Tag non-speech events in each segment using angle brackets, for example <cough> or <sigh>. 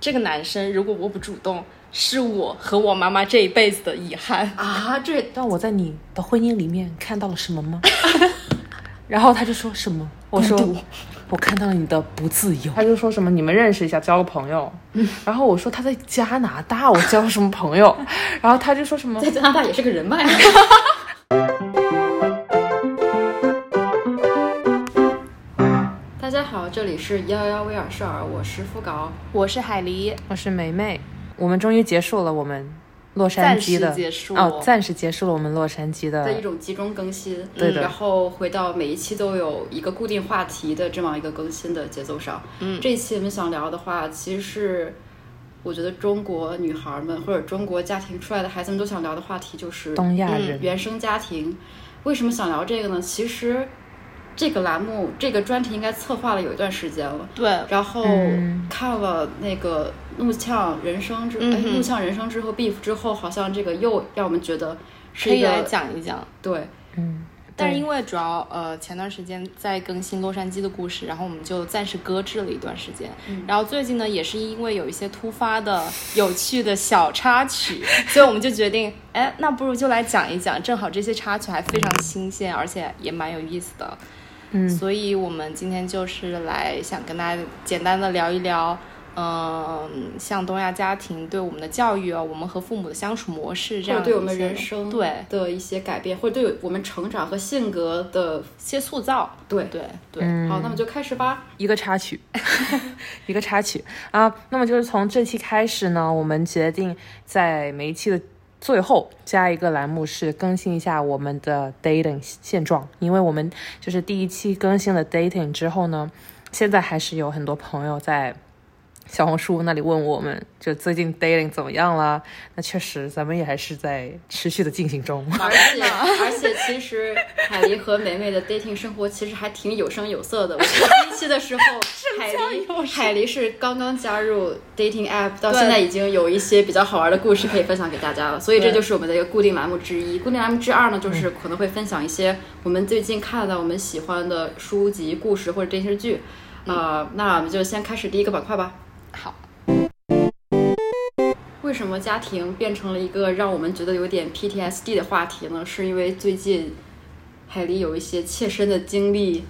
这个男生如果我不主动，是我和我妈妈这一辈子的遗憾。啊，这 <laughs> 但我在你的婚姻里面看到了什么 <laughs> 吗？然后他就说什么？我说我看到了你的不自由。他就说什么你们认识一下，交个 <laughs> 朋友。嗯然后我说他在加拿大，我交什么 <laughs> 朋友？然后他就说什么在加拿大也是个人脉啊。大家好，这里是幺幺威尔舍尔，我是付高。我是海狸，我是梅梅，我们终于结束了我们洛杉暂矶的时结束哦，暂时结束了我们洛杉矶的的一种集中更新，嗯对的然后回到每一期都有一个固定话题的这样一个更新的节奏上。嗯，这一期我们想聊的话，其实是我觉得中国女孩们或者中国家庭出来的孩子们都想聊的话题，就是嗯东亚人。原生家庭。为什么想聊这个呢？其实这个栏目这个专题应该策划了有一段时间了，对，然后嗯看了那个《怒呛人生之》哎，《怒呛人生》之后 beef 之后，好像这个又让我们觉得可是一以来个讲一讲。对。嗯，但是因为主要呃前段时间在更新洛杉矶的故事，然后我们就暂时搁置了一段时间。嗯然后最近呢，也是因为有一些突发的有趣的小插曲，所以我们就决定，哎，那不如就来讲一讲，正好这些插曲还非常新鲜，而且也蛮有意思的。嗯，所以我们今天就是来想跟大家简单的聊一聊。嗯，像东亚家庭对我们的教育啊，我们和父母的相处模式，这或样者哦对的我们一些人生对的一些改变，或者对我们成长和性格的一些塑造，对嗯对对，好，那么就开始吧。一个插曲， <laughs> 一个插曲啊。那么就是从这期开始呢，我们决定在每一期的最后加一个栏目，是更新一下我们的 dating 现状。因为我们就是第一期更新了 dating 之后呢，现在还是有很多朋友在小红书那里问我们，就最近 dating 怎么样啦？那确实，咱们也还是在持续的进行中。而且而且，其实海狸和梅梅的 dating 生活其实还挺有声有色的。我记得第一期的时候，海狸海狸是刚刚加入 dating app，到对现在已经有一些比较好玩的故事可以分享给大家了。所以这就是我们的一个固定栏目之一。固定栏目之二呢，就是可能会分享一些我们最近看到我们喜欢的书籍、故事或者电视剧。呃，那我们就先开始第一个板块吧。好。为什么家庭变成了一个让我们觉得有点 PTSD 的话题呢？是因为最近海狸有一些切身的经历，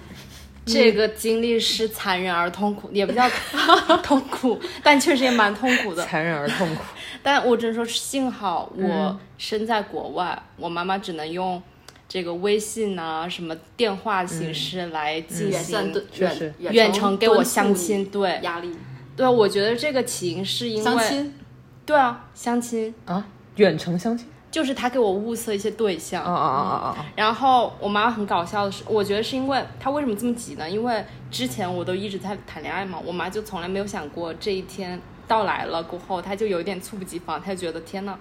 这个经历是残忍而痛苦，也 <laughs> 不叫痛苦，但确实也蛮痛苦的。残忍而痛苦，但我只能说，幸好我身在国外，我妈妈只能用这个微信啊、什么电话形式来进远行散对确实远远程程给我敦促相亲。对压力，对，我觉得这个起因是因相为亲对啊，相亲 <laughs> 啊！远程相亲，就是他给我物色一些对象啊啊啊啊啊！然后我妈很搞笑的是，我觉得是因为她为什么这么急呢？因为之前我都一直在谈恋爱嘛，我妈就从来没有想过这一天到来了过后，她就有点猝不及防，她就觉得天呐，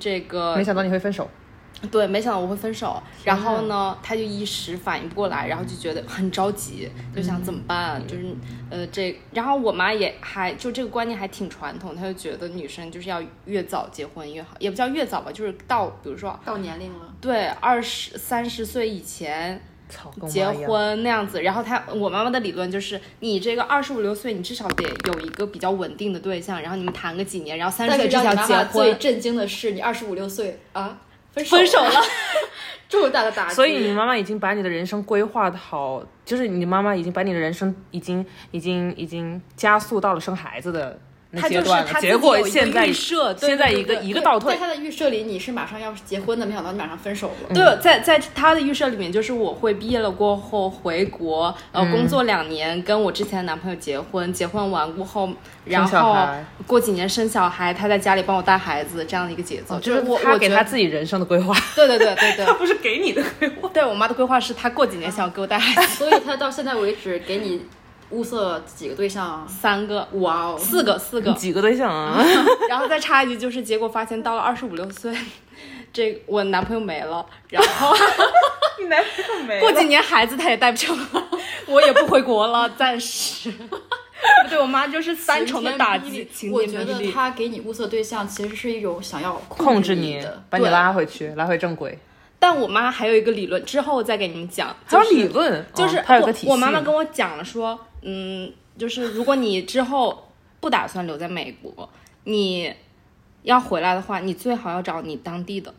这个没想到你会分手。对，没想到我会分手。然后呢，她就一时反应不过来，然后就觉得很着急，就想怎么办？就是呃这，然后我妈也还就这个观念还挺传统，她就觉得女生就是要越早结婚越好，也不叫越早吧，就是到比如说。到年龄了，对，二十三十岁以前操，跟我结妈一样婚那样子，然后他我妈妈的理论就是，你这个二十五六岁，你至少得有一个比较稳定的对象，然后你们谈个几年，然后三十但岁是至让少你妈结妈最婚，震惊的是，你二十五六岁啊， <laughs> 分手分手了，重大的打击。所以你妈妈已经把你的人生规划的好，就是你妈妈已经把你的人生已经已经已经加速到了生孩子的那 <laughs> 他阶就是段他了。结果现在设，对现在一个对对一个倒在退，她的预设里，你是马上要结婚的，没想到你马上分手了。对，在在他的预设里面，就是我会毕业了过后回国，呃，工嗯作两年，跟我之前的男朋友结婚，结婚完过后，然生小后孩过几年生小孩，他在家里帮我带孩子，这样的一个节奏，哦就是是我她我给觉她得，自己人生的规划，对对对对对， <laughs> 不是给 <laughs> 你的规划。 <laughs> 对我妈的规划是，她过几年想给我带孩子，所以她到现在为止给你物色几个对象啊？三 <laughs> 个、哇哦，四个、四个，几个对象啊？然后再插一句，就是结果发现到了二十五六岁，这我男朋友没了，然 <laughs> 后你男朋友没过几年孩子他也带不成了， <laughs> 我也不回国了，暂时。 <laughs> 对我妈就是三重的打击，晴我天觉霹得雳。他给你物色对象，其实是一种想要控控制制你的。，把你对拉回去，拉回正轨。但我妈还有一个理论，之后再给你们讲。还就有是理论，就是哦哦她有个体系。我我妈妈跟我讲了说，嗯，就是如果你之后。不打算留在美国，你要回来的话，你最好要找你当地的，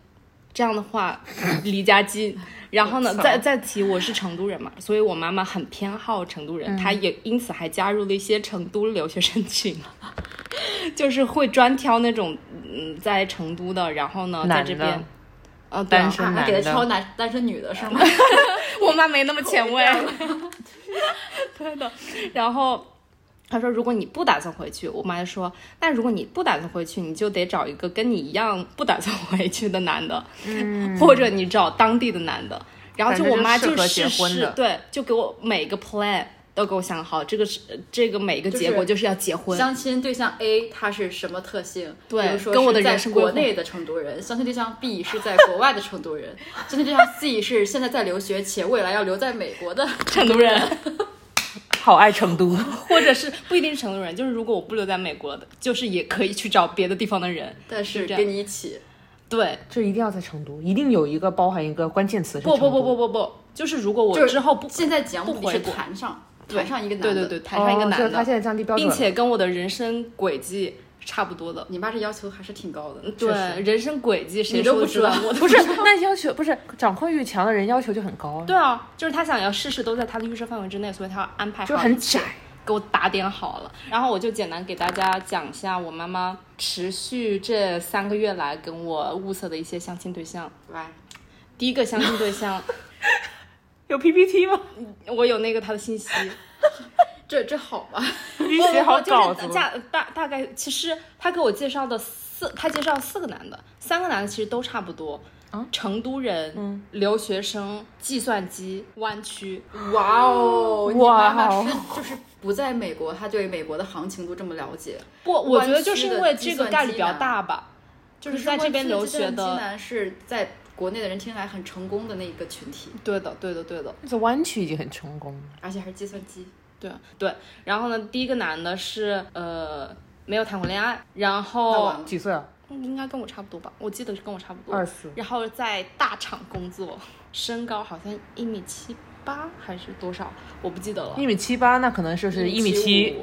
这样的话离家近。然后呢，再再提，我是成都人嘛，所以我妈妈很偏好成都嗯人，她也因此还加入了一些成都留学生群，啊 <laughs> 就是会专挑那种嗯在成都的，然后呢在男这的边，呃，对啊单身啊，给他男的挑男单 <laughs> 身女的是吗？我妈没那么前 <laughs> 卫。 <laughs> 对的。然后她说，如果你不打算回去，我妈就说，那如果你不打算回去，你就得找一个跟你一样不打算回去的男的，嗯、或者你找当地的男的。然后就反正我妈就适合试结婚试的，对，就给我每个 plan 都给我想好，这个是这个每个结果就是要结婚。相亲对象 A 他是什么特性？对比如说跟我的是在人生规划国内的成都人，相亲对象 B 是在国外的成都 <laughs> 人，相亲对象 C 是现在在留学且未来要留在美 <laughs> 国的。成都人，好爱成都， <laughs> 或者是不一定是成都人，就是如果我不留在美国的，就是也可以去找别的地方的人。但是这样跟你一起，对，就一定要在成都，一定有一个包含一个关键词是不不成不都不不不，就是如果我就是之后不现在节目不里回是国谈上谈上一个男对的，对对，。谈上一个哦男就是的，他现在降低标准并了，且跟我的人生轨迹差不多的。你爸这要求还是挺高的，对，人生轨迹谁你说都不得知道道 <laughs> 我都不是，那要求不是掌控欲强的人要求就很高啊，对啊，就是他想要事事都在他的预设范围之内，所以他要安排好，就很窄，给我打点好了。然后我就简单给大家讲一下我妈妈持续这三个月来跟我物色的一些相亲对象。来，第一个相亲对象， <laughs> 有 PPT 吗？我有那个他的信息，这这好吧？你不写好稿就子是吗，大大大概，其实他给我介绍的四，他介绍四个男的，三个男的其实都差不多。成都人、留学生、计算机湾区，哇哦，你哇妈哦妈是就是不在美国，她对美国的行情都这么了解，不，我觉得就是因为这个概率比较大吧，就就是在这边留学的。男是在国内的人听来很成功的那一个群体，对的，对的，对的，这弯曲已经很成功了，而且还是计算机。对对。然后呢，第一个男的是呃没有谈过恋爱，然那后完了几岁啊？嗯应该跟我差不多吧，我记得是跟我差不多。二十四然后在大厂工作，身高好像一米七八还是多少，我不记得了。一米七八，那可能就是一米七，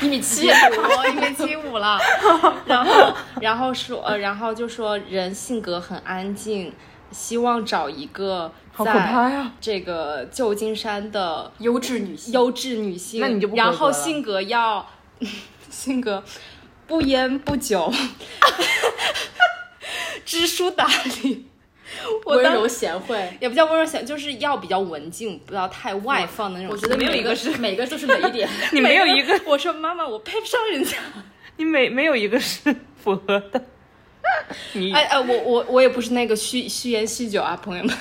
一米七，我一米七五了。 <laughs> 然后，然后说，呃，然后就说人性格很安静，希望找一个好可怕在呀！这个旧金山的 <laughs> 优质女性，优质女性。那你就不然合格后了性格要 <laughs> 性格不烟不酒， <laughs> 知书达理。我温当柔贤惠。也不叫温柔贤，就是要比较文静，不要太外放的那种。我觉得嗯没有一每个个是，是 <laughs> 每个就是 <laughs> 雷点，你没有一个，我说妈妈，我配不上人家。你没没有一个是符合的，你哎哎，我我我也不是那个虚虚言酗酒啊，朋友们，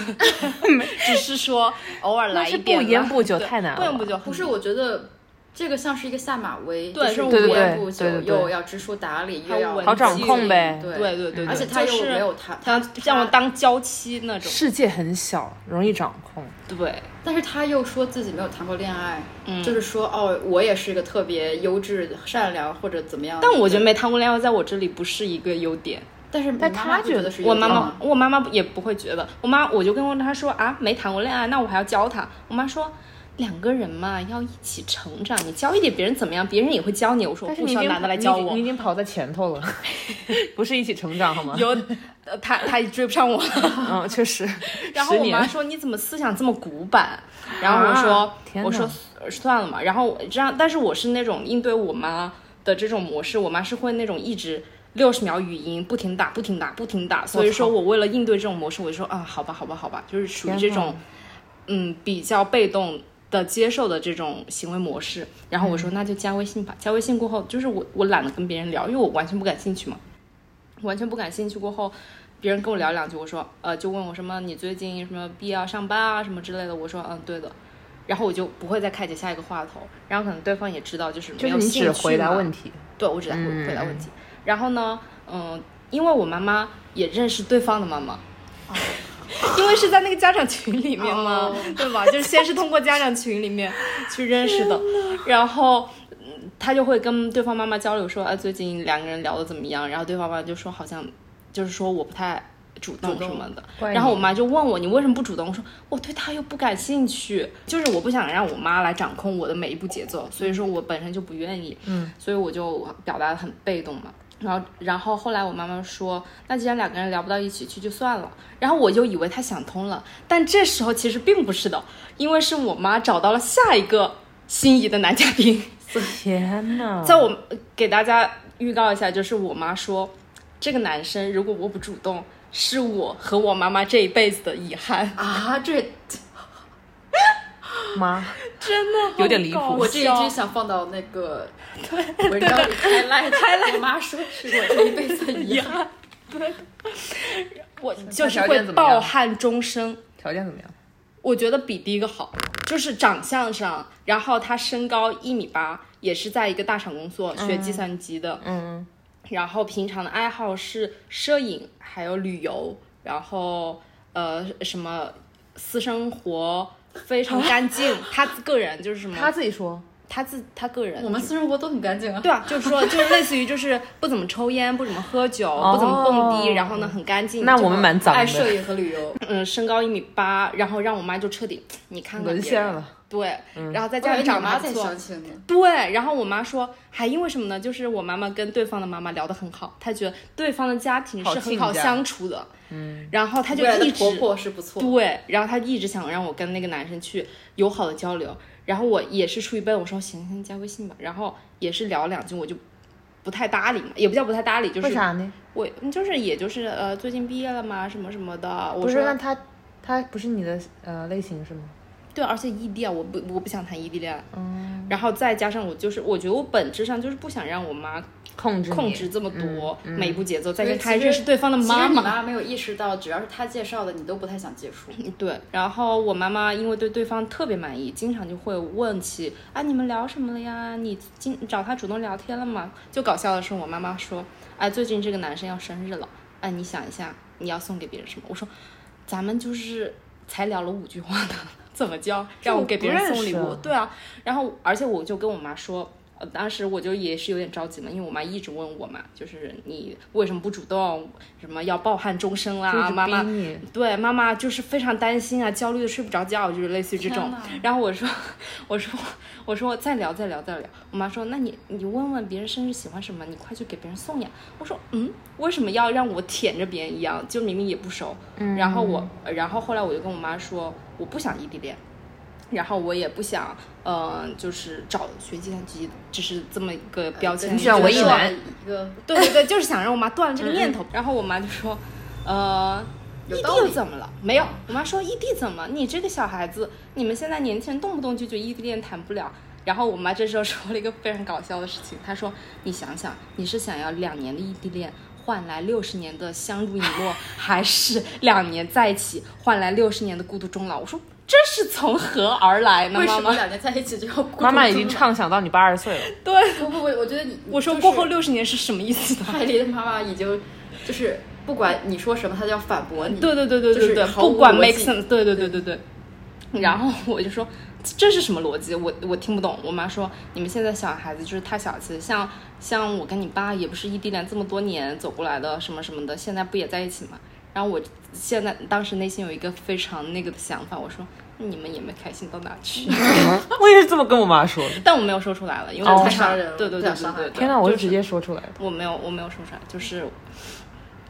只是说偶尔来一点吧。那是不言不酒对太难了不言不酒很不是？我觉得这个像是一个下马威，对就是对对无言对不对久，对对又要知书达理，还又有要文好掌静控呗对对对对，而且他就又是没有谈，他让我当娇妻那种。世界很小，容易掌控，对，但是他又说自己没有谈过恋爱，嗯就是说哦，我也是一个特别优质、善良或者怎么样。但我觉得没谈过恋爱，在我这里不是一个优点。但是你但妈他妈不觉觉得得是哦我优妈点妈吗，我妈妈也不会觉得。我妈，我就跟她说啊，没谈过恋爱，那我还要教她。我妈说。两个人嘛，要一起成长。你教一点别人怎么样，别人也会教你。我说我但是不需你已要经男的来教你已我经你已。经跑在前 <laughs> 头了，不是一起成长好吗？有，呃他他也追不上我。嗯，确实，然后十我妈年说：“你怎么思想这么古板？”然后我说：“啊天哪我说呃算了嘛。”然后我这样，但是我是那种应对我妈的这种模式，我妈是会那种一直六十秒语音不停打、不停打、不停打。所以说我为了应对这种模式，我就说啊，好吧，好吧，好吧，就是属于天这哪种嗯比较被动的接受的这种行为模式。然后我嗯说那就加微信吧，加微信过后，就是我我懒得跟别人聊，因为我完全不感兴趣嘛，完全不感兴趣过后。别人跟我聊两句，我说，呃，就问我什么你最近什么毕业啊、上班啊什么之类的，我说，嗯，对的，然后我就不会再开启下一个话头，然后可能对方也知道就是没就是有你兴趣只回答嘛问题，对，我只来回嗯回答问题。然后呢，嗯、因为我妈妈也认识对方的妈妈，哦 <laughs> 因为是在那个家长群里面嘛，哦对吧？就是先是通过家长群里面去认识的，然后。嗯他就会跟对方妈妈交流说，啊，最近两个人聊的怎么样？然后对方妈妈就说，好像就是说我不太主动什么的。然后我妈就问我你为什么不主动？我说我对她又不感兴趣，就是我不想让我妈来掌控我的每一步节奏，所以说我本身就不愿意。嗯，所以我就表达的很被动嘛。然后，然后后来我妈妈说，那既然两个人聊不到一起去，就算了。然后我就以为她想通了，但这时候其实并不是的，因为是我妈找到了下一个心仪的男嘉宾。天呐，在我给大家预告一下，就是我妈说，这个男生如果我不主动，是我和我妈妈这一辈子的遗憾。啊，这妈，真的好有点离谱搞 <laughs> 我这一笑句想放到那个文章里 <laughs> highlight，我妈说是我这一辈子的遗憾。我就是条件会怎么抱样憾终生。条件怎么样？我觉得比第一个好，就是长相上，然后他身高一米八，也是在一个大厂工作，学计算机的，嗯，然后平常的爱好是摄影，还有旅游，然后呃什么私生活非常干 <laughs> 净，他个人就是什么，他自己说，他自他个人， <laughs> 我们私生活都很干净啊。对啊，就是说就是类似于就是不怎么抽烟，不怎么喝酒，不怎么蹦迪，然后呢很干净，哦那就我们蛮脏哎爱的，摄影和旅游，嗯，身高一米八，然后让我妈就彻底，你看看沦别陷人了。嗯对，然后在家我感里觉长你得妈还才不相错。亲呢。对，然后我妈说，还因为什么呢？就是我妈妈跟对方的妈妈聊得很好，她觉得对方的家庭好是很亲好家相处的，嗯，然后她就未来的一直婆婆是不错，对，然后她一直想让我跟那个男生去友好的交流，然后我也是出于被动，我说行行加微信吧，然后也是聊两句我就不太搭理嘛，也不叫不太搭理，就是为啥呢？我就是也就是呃最近毕业了嘛什么什么的，我不是，说那他他不是你的呃类型是吗？对，而且异地啊，我不我不想谈异地恋。哦嗯。然后再加上我就是，我觉得我本质上就是不想让我妈控制你嗯控制这么多，每一步节奏，再对跟她其实认识对方的其实妈你妈。妈没有意识到，只要是她介绍的，你都不太想接触。 <laughs> 对，然后我妈妈因为对对方特别满意，经常就会问起啊，你们聊什么了呀？你今找他主动聊天了吗？就搞笑的是，我妈妈说，啊，最近这个男生要生日了，啊，你想一下，你要送给别人什么？我说，咱们就是才聊了五句话呢， <laughs> 怎么教让我给别人送礼不认物识？对啊，然后而且我就跟我妈说。呃，当时我就也是有点着急嘛，因为我妈一直问我嘛，就是你为什么不主动，什么要抱憾终生就一啦，直妈妈逼你对，妈妈就是非常担心啊，焦虑的睡不着觉，就是类似于这种天哪。然后我说， <laughs> 我说，我说再聊再聊再聊。我妈说，那你你问问别人生日喜欢什么，你快去给别人送呀。我说，嗯，为什么要让我舔着别人一样，就明明也不熟。嗯然后我，然后后来我就跟我妈说，我不想异地恋。然后我也不想，嗯、就是找学计算机，只是这么一个标签。你喜欢文艺就是男一个对对对，就是想让我妈断了这个念头。然后我妈就说，呃，嗯有异地道又理怎么了？没有，我妈说异地怎么？你这个小孩子，你们现在年轻人动不动就觉得异地恋谈不了。然后我妈这时候说了一个非常搞笑的事情，她说：“你想想，你是想要两年的异地恋换来六十年的相濡以沫，还是两年在一起换来六十年的孤独终老？”我说：“这是从何而来呢，为妈什么妈两年在一起就要孤独妈妈已经终畅想到你八十岁了，？”对，老不不不，我觉得你我说就是过后六十年是什么意思呢？ <laughs> 海狸的妈妈已经就是不管你说什么，她都要反驳你。对对对对就是对对，毫无不管逻 make 辑 sense，对对对对对。然后我就说这是什么逻辑？我我听不懂。我妈说你们现在小孩子就是太小气，像像我跟你爸也不是异地恋这么多年走过来的，什么什么的，现在不也在一起吗？然后我现在当时内心有一个非常那个的想法，我说你们也没开心到哪 <laughs> 去，我也是这么跟我妈说的。但我没有说出来了，因为哦我太怕伤人了对对不对想对伤害对，人天哪，我就是直接说出来的。我没有我没有说出来，就是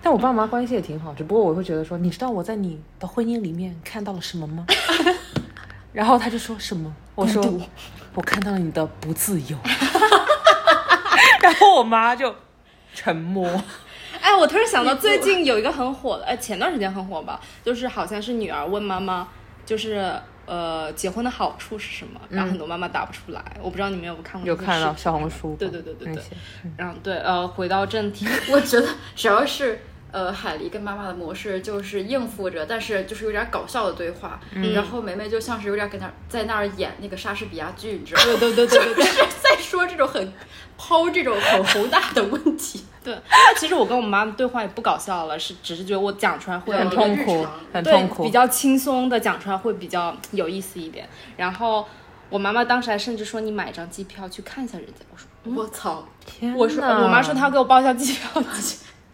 但我爸妈关系也挺好，只不过我会觉得说，你知道我在你的婚姻里面看到了什么吗？ <laughs> 然后他就说什么？我说孤独我看到了你的不自 <laughs> 由。然后我妈就沉默。哎，我突然想到最近有一个很火的，哎，前段时间很火吧，就是好像是女儿问妈妈，就是呃，结婚的好处是什么？然后很多妈妈答不出来，我不知道你们有没有看过这嗯有个视频，啊看到小红书，对对对对那对些。然后对，呃，回到正题， <laughs> 我觉得只要是呃海狸跟妈妈的模式，就是应付着，但是就是有点搞笑的对话。嗯然后梅梅就像是有点跟那在那儿演那个莎士比亚剧，你知道吗？ <laughs> 对对对对对对。就是在说这种很抛这种很宏大的问题，对，那其实我跟我妈的对话也不搞笑了，是只是觉得我讲出来会对很痛苦，很呃对痛苦。比较轻松的讲出来会比较有意思一点。然后我妈妈当时还甚至说你买一张机票去看一下人家，我说我操！天我说哪我妈说她要给我报销机票，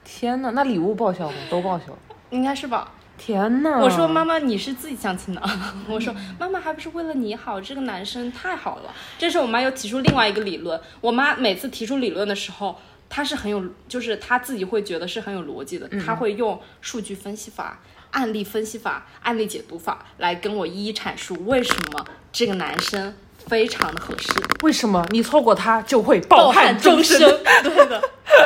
天呐，那礼物报销吗？都报销。应该是吧。天哪！我说妈妈，你是自己相亲的？ <laughs> 我说妈妈还不是为了你好，这个男生太好了。这时候我妈又提出另外一个理论，我妈每次提出理论的时候，她是很有，就是她自己会觉得是很有逻辑的，她会用数据分析法、案例分析法、案例解读法来跟我一一阐述为什么这个男生非常的合适。为什么你错过他就会抱抱憾憾终终生身？。 <laughs> 对的。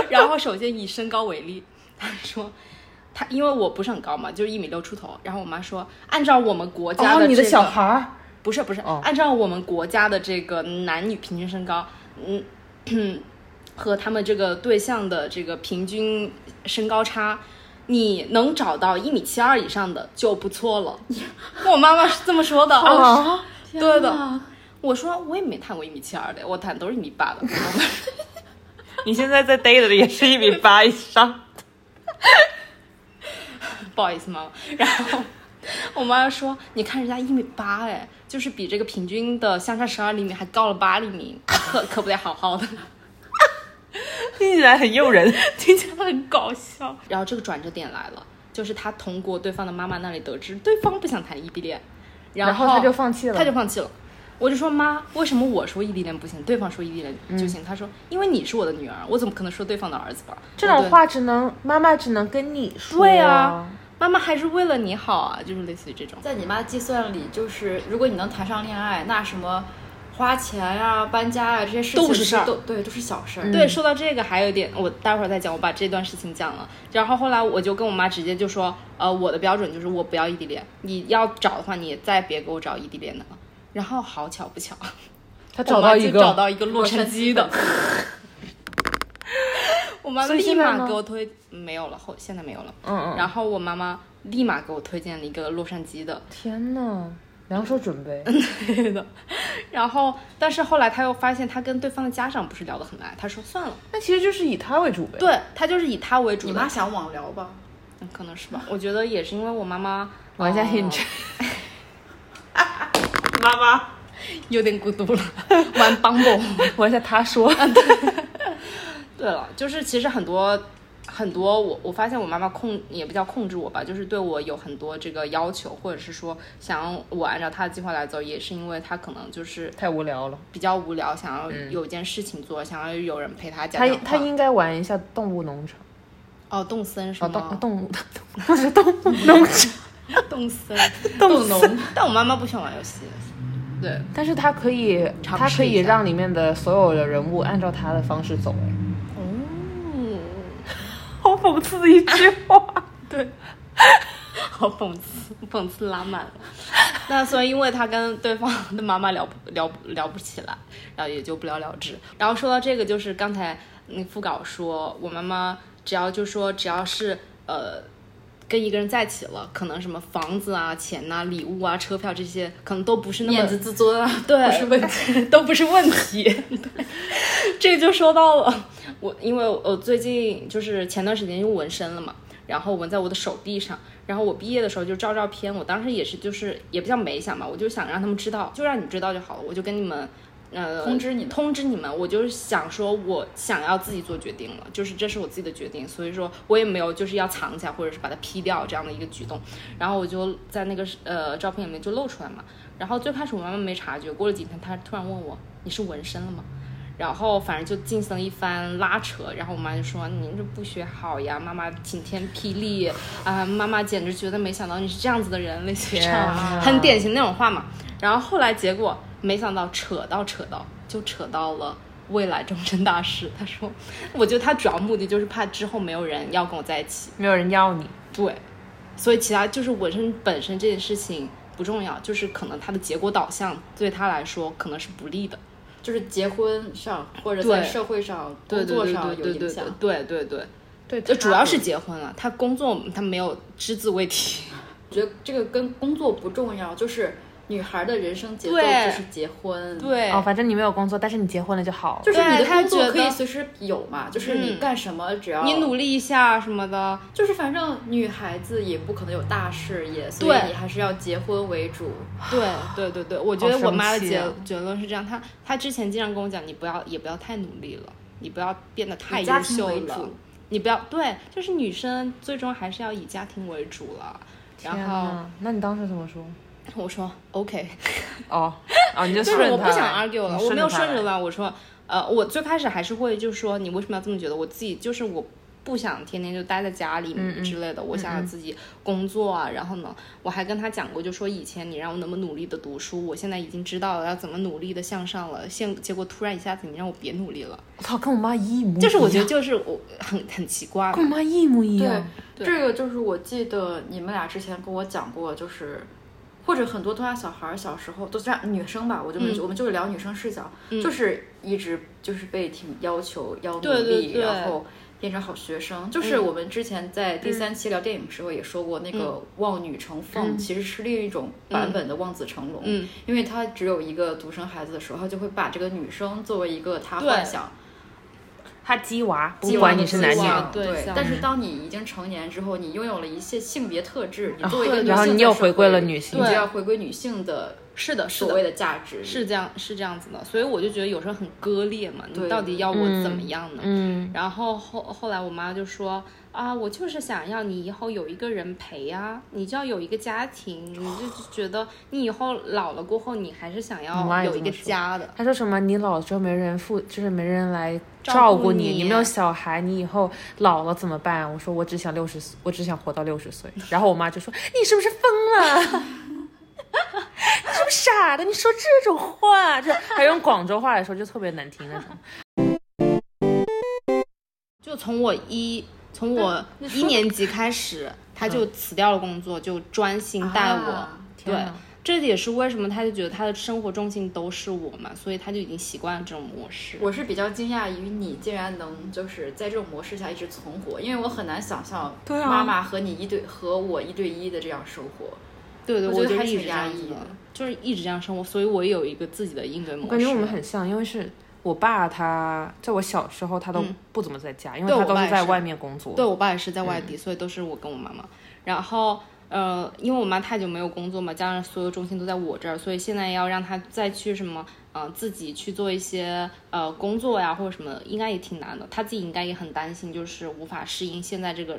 然后首先以身高为例，他说。他因为我不是很高嘛，就是一米六出头。然后我妈说，按照我们国家的、哦，这个你的小孩哦儿不是不是，按照我们国家的这个男女平均身高，嗯，和他们这个对象的这个平均身高差，你能找到一米七二以上的就不错 <laughs> 了。我妈妈是这么说的。啊，对的。我说我也没谈过一米七二的，我谈都是一米八的。我妈妈你现在在 date 的也是一米八以上，不好意思，妈妈。 <laughs> 然后我妈说：“你看人家一米八，哎，就是比这个平均的相差十二厘米还高了八厘米，可可不得好好的。” <laughs> 听起来很诱人。听起来很搞笑。然后这个转折点来了，就是他通过对方的妈妈那里得知对方不想谈异地恋，然然后他就放弃了他就放弃了。我就说妈，为什么我说异地恋不行，对方说异地恋嗯就行？他说，因为你是我的女儿，我怎么可能说对方的儿子吧？这种对话只能妈妈只能跟你说。对啊，，妈妈还是为了你好啊，就是类似于这种。在你妈计算里，就是如果你能谈上恋爱，那什么花钱呀、搬家呀这些事情都不是事儿嗯都对，都是小事儿。嗯对，说到这个还有一点，我待会儿再讲，我把这段事情讲了。然后后来我就跟我妈直接就说，呃，我的标准就是我不要异地恋，你要找的话，你也再别给我找异地恋的了。然后好巧不巧，我他找妈到就一个，找到一个洛杉矶的， <laughs> 我妈所以立现在马呢给我推没有了，后现在没有了。嗯嗯，然后我妈妈立马给我推荐了一个洛杉矶的，天哪，两手准备。嗯对的。然后但是后来她又发现她跟对方的家长不是聊得很来，她说算了，那其实就是以他为主呗。对她就是以她为主你的。妈想网聊吧？嗯可能是吧，我觉得也是因为我妈妈玩一下呃 Hinge 妈妈，有点孤独了，玩 Bumble。我一下他说， <laughs> 嗯对了，就是其实很多很多我我发现我妈妈控也不叫控制我吧，就是对我有很多这个要求，或者是说想要我按照她的计划来走，也是因为她可能就是太无聊了。比较无聊，想要有一件事情做，想要有人陪她讲他讲话。他应该玩一下动物农场，哦，动森是啊吗？动动物 <laughs> 不是动物 <laughs> 农场，动森，动农。但我妈妈不喜欢玩游戏。对，但是他可以，尝他试可以一下 <laughs> 让里面的所有的人物按照他的方式走，哎，好讽刺的一句话。对，好讽刺，讽刺拉满 <laughs> 了。那所以，因为他跟对方的妈妈聊不聊不聊不起来，然后也就不了了之。然后说到这个，就是刚才那副稿说，我妈妈只要就说只要是呃跟一个人在一起了，可能什么房子啊、钱呐、礼物啊、车票这些，可能都不是那么面子自尊啊， <laughs> <laughs> 对，不是问题。都不是问题。对， <laughs> 这就说到了我，因为我最近就是前段时间用纹身了嘛，然后纹在我的手臂上。然后我毕业的时候就照照片，我当时也是就是也不叫没想吧，我就想让他们知道，就让你知道就好了，我就跟你们。呃，通知你们通知你们，我就是想说，我想要自己做决定了，就是这是我自己的决定，所以说我也没有就是要藏起来或者是把它 P 掉这样的一个举动。然后我就在那个呃照片里面就露出来嘛。然后最开始我妈妈没察觉，过了几天她突然问我：“你是纹身了吗？”然后反正就进行了一番拉扯，然后我妈就说：“您这不学好呀，妈妈晴天霹雳啊、妈妈简直觉得没想到你是这样子的人，类似于这样天啊很典型那种话嘛。”然后后来结果没想到扯到扯到就扯到了。未来终身大事，她说，我觉得她主要目的就是怕之后没有人要跟我在一起，没有人要你，对，所以其他就是纹身本身这件事情不重要，就是可能它的结果导向对他来说可能是不利的。就是结婚上或者对在社会上、对工对作对上有对对影对响。对对对，对，就主要是结婚了。他工作他没有只字未提，我觉得这个跟工作不重要，就是女孩的人生节奏对就是结婚。。对，哦，反正你没有工作，但是你结婚了就好了。就是你对的她工作觉可以得随时有嘛，就是你嗯干什么只要你努力一下什么的，就是反正女孩子也不可能有大事业，所对以你还是要结婚为主。对对对对，我觉得好我生妈的气结啊结论是这样，她她之前经常跟我讲，你不要也不要太努力了，你不要变得太以家优庭秀为了主，你不要对，就是女生最终还是要以家庭为主了。然后，啊那你当时怎么说？我说 OK， <laughs> 哦，哦，你就就顺是着我他不想来 argue 了，你我没有他顺着来了。我说，呃，我最开始还是会就说你为什么要这么觉得？我自己就是我不想天天就待在家里嗯之类的，我想要自己工作啊。然后呢，我还跟他讲过，就说以前你让我那么努力的读书，我现在已经知道了要怎么努力的向上了。现结果突然一下子你让我别努力了，我操，跟我妈一模一样，就是我觉得就是我很很奇怪嘛。跟我妈一模一对样。，这个就是我记得你们俩之前跟我讲过，就是或者很多东亚小孩儿小时候都是这样女生吧，我就没、我们就是聊女生视角，就是一直就是被挺要求要努力，对对对然后。变成好学生，就是我们之前在第三期聊电影的时候也说过，那个望女成凤、其实是另一种版本的望子成龙，嗯因为他只有一个独生孩子的时候，他就会把这个女生作为一个他对幻想她鸡娃，不希望管的你是希男女，望对对像。但是当你已经成年之后，你拥有了一些性别特质，你作为一个女性，然后你又回归了女性你就对要回归女性的是的，是所的谓。的价值。是这样，是这样子的，所以我就觉得有时候很割裂嘛，对你到底要我怎么样呢？嗯，然后后后来我妈就说啊，我就是想要你以后有一个人陪啊，你就要有一个家庭，你就觉得你以后老了过后，你还是想我妈要也有一这么个说家的。他说什么？你老了之后没人负，就是没人来照照顾顾你你没有小孩，你以后老了怎么办？我说我只想六十，我只想活到六十岁。 <laughs> 然后我妈就说：“你是不是疯了？ <laughs> 你是不是傻的？你说这种话，就还用广州话来说，就特别难听那 <laughs> 种。就从我一从我一年级开始，他就辞掉了工作，就专心带我。啊对，这也是为什么他就觉得他的生活重心都是我嘛，所以他就已经习惯了这种模式。我是比较惊讶于你竟然能就是在这种模式下一直存活，因为我很难想象啊妈妈和你一对和我一对一的这样生活。对对，我我觉得就还是一直挺这压样抑子的的，就是一直这样生活，所以我有一个自己的应对模式。我感觉我们很像，因为是我爸他在我小时候他都嗯不怎么在家，因为对他我都爸是也在是外面工作。对我爸也是在外嗯地，所以都是我跟我妈妈。然后呃，因为我妈太久没有工作嘛，加上所有重心都在我这儿，所以现在要让她再去什么，嗯、自己去做一些呃工作呀或者什么，应该也挺难的。她自己应该也很担心，就是无法适应现在这个。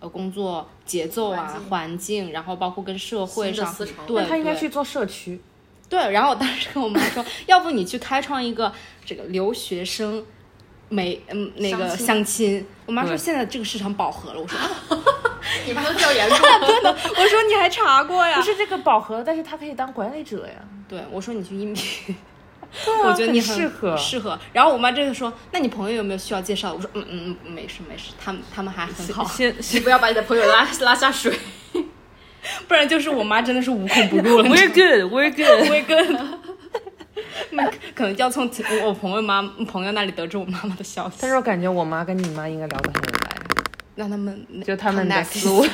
呃，工作节奏啊，环环境境，然后包括跟社会新的上思潮对，他应该对去做社区。对，然后我当时跟我妈说，要不你去开创一个这个留学生没嗯那个相亲相亲。我妈说对现在这个市场饱和了，我说、啊、你不能调研 <laughs> 过，真的， <laughs> 我说你还查过呀不？是这个饱和，但是他可以当管理者呀。对，我说你去 <laughs> 应聘。我觉得你很适合啊适合。然后我妈这个说，那你朋友有没有需要介绍的？我说，嗯嗯，嗯没事没事，他们他们还很好，先你不要把你的朋友拉拉下水。不然就是我妈真的是无孔不入 <laughs> 了。 We're good, we're good。我也跟， <laughs> 那可能要从我朋友妈朋友那里得知我妈妈的消息但，是我感觉我妈跟你妈应该聊得很来，让他们就他们的 connect 思 <laughs> 维，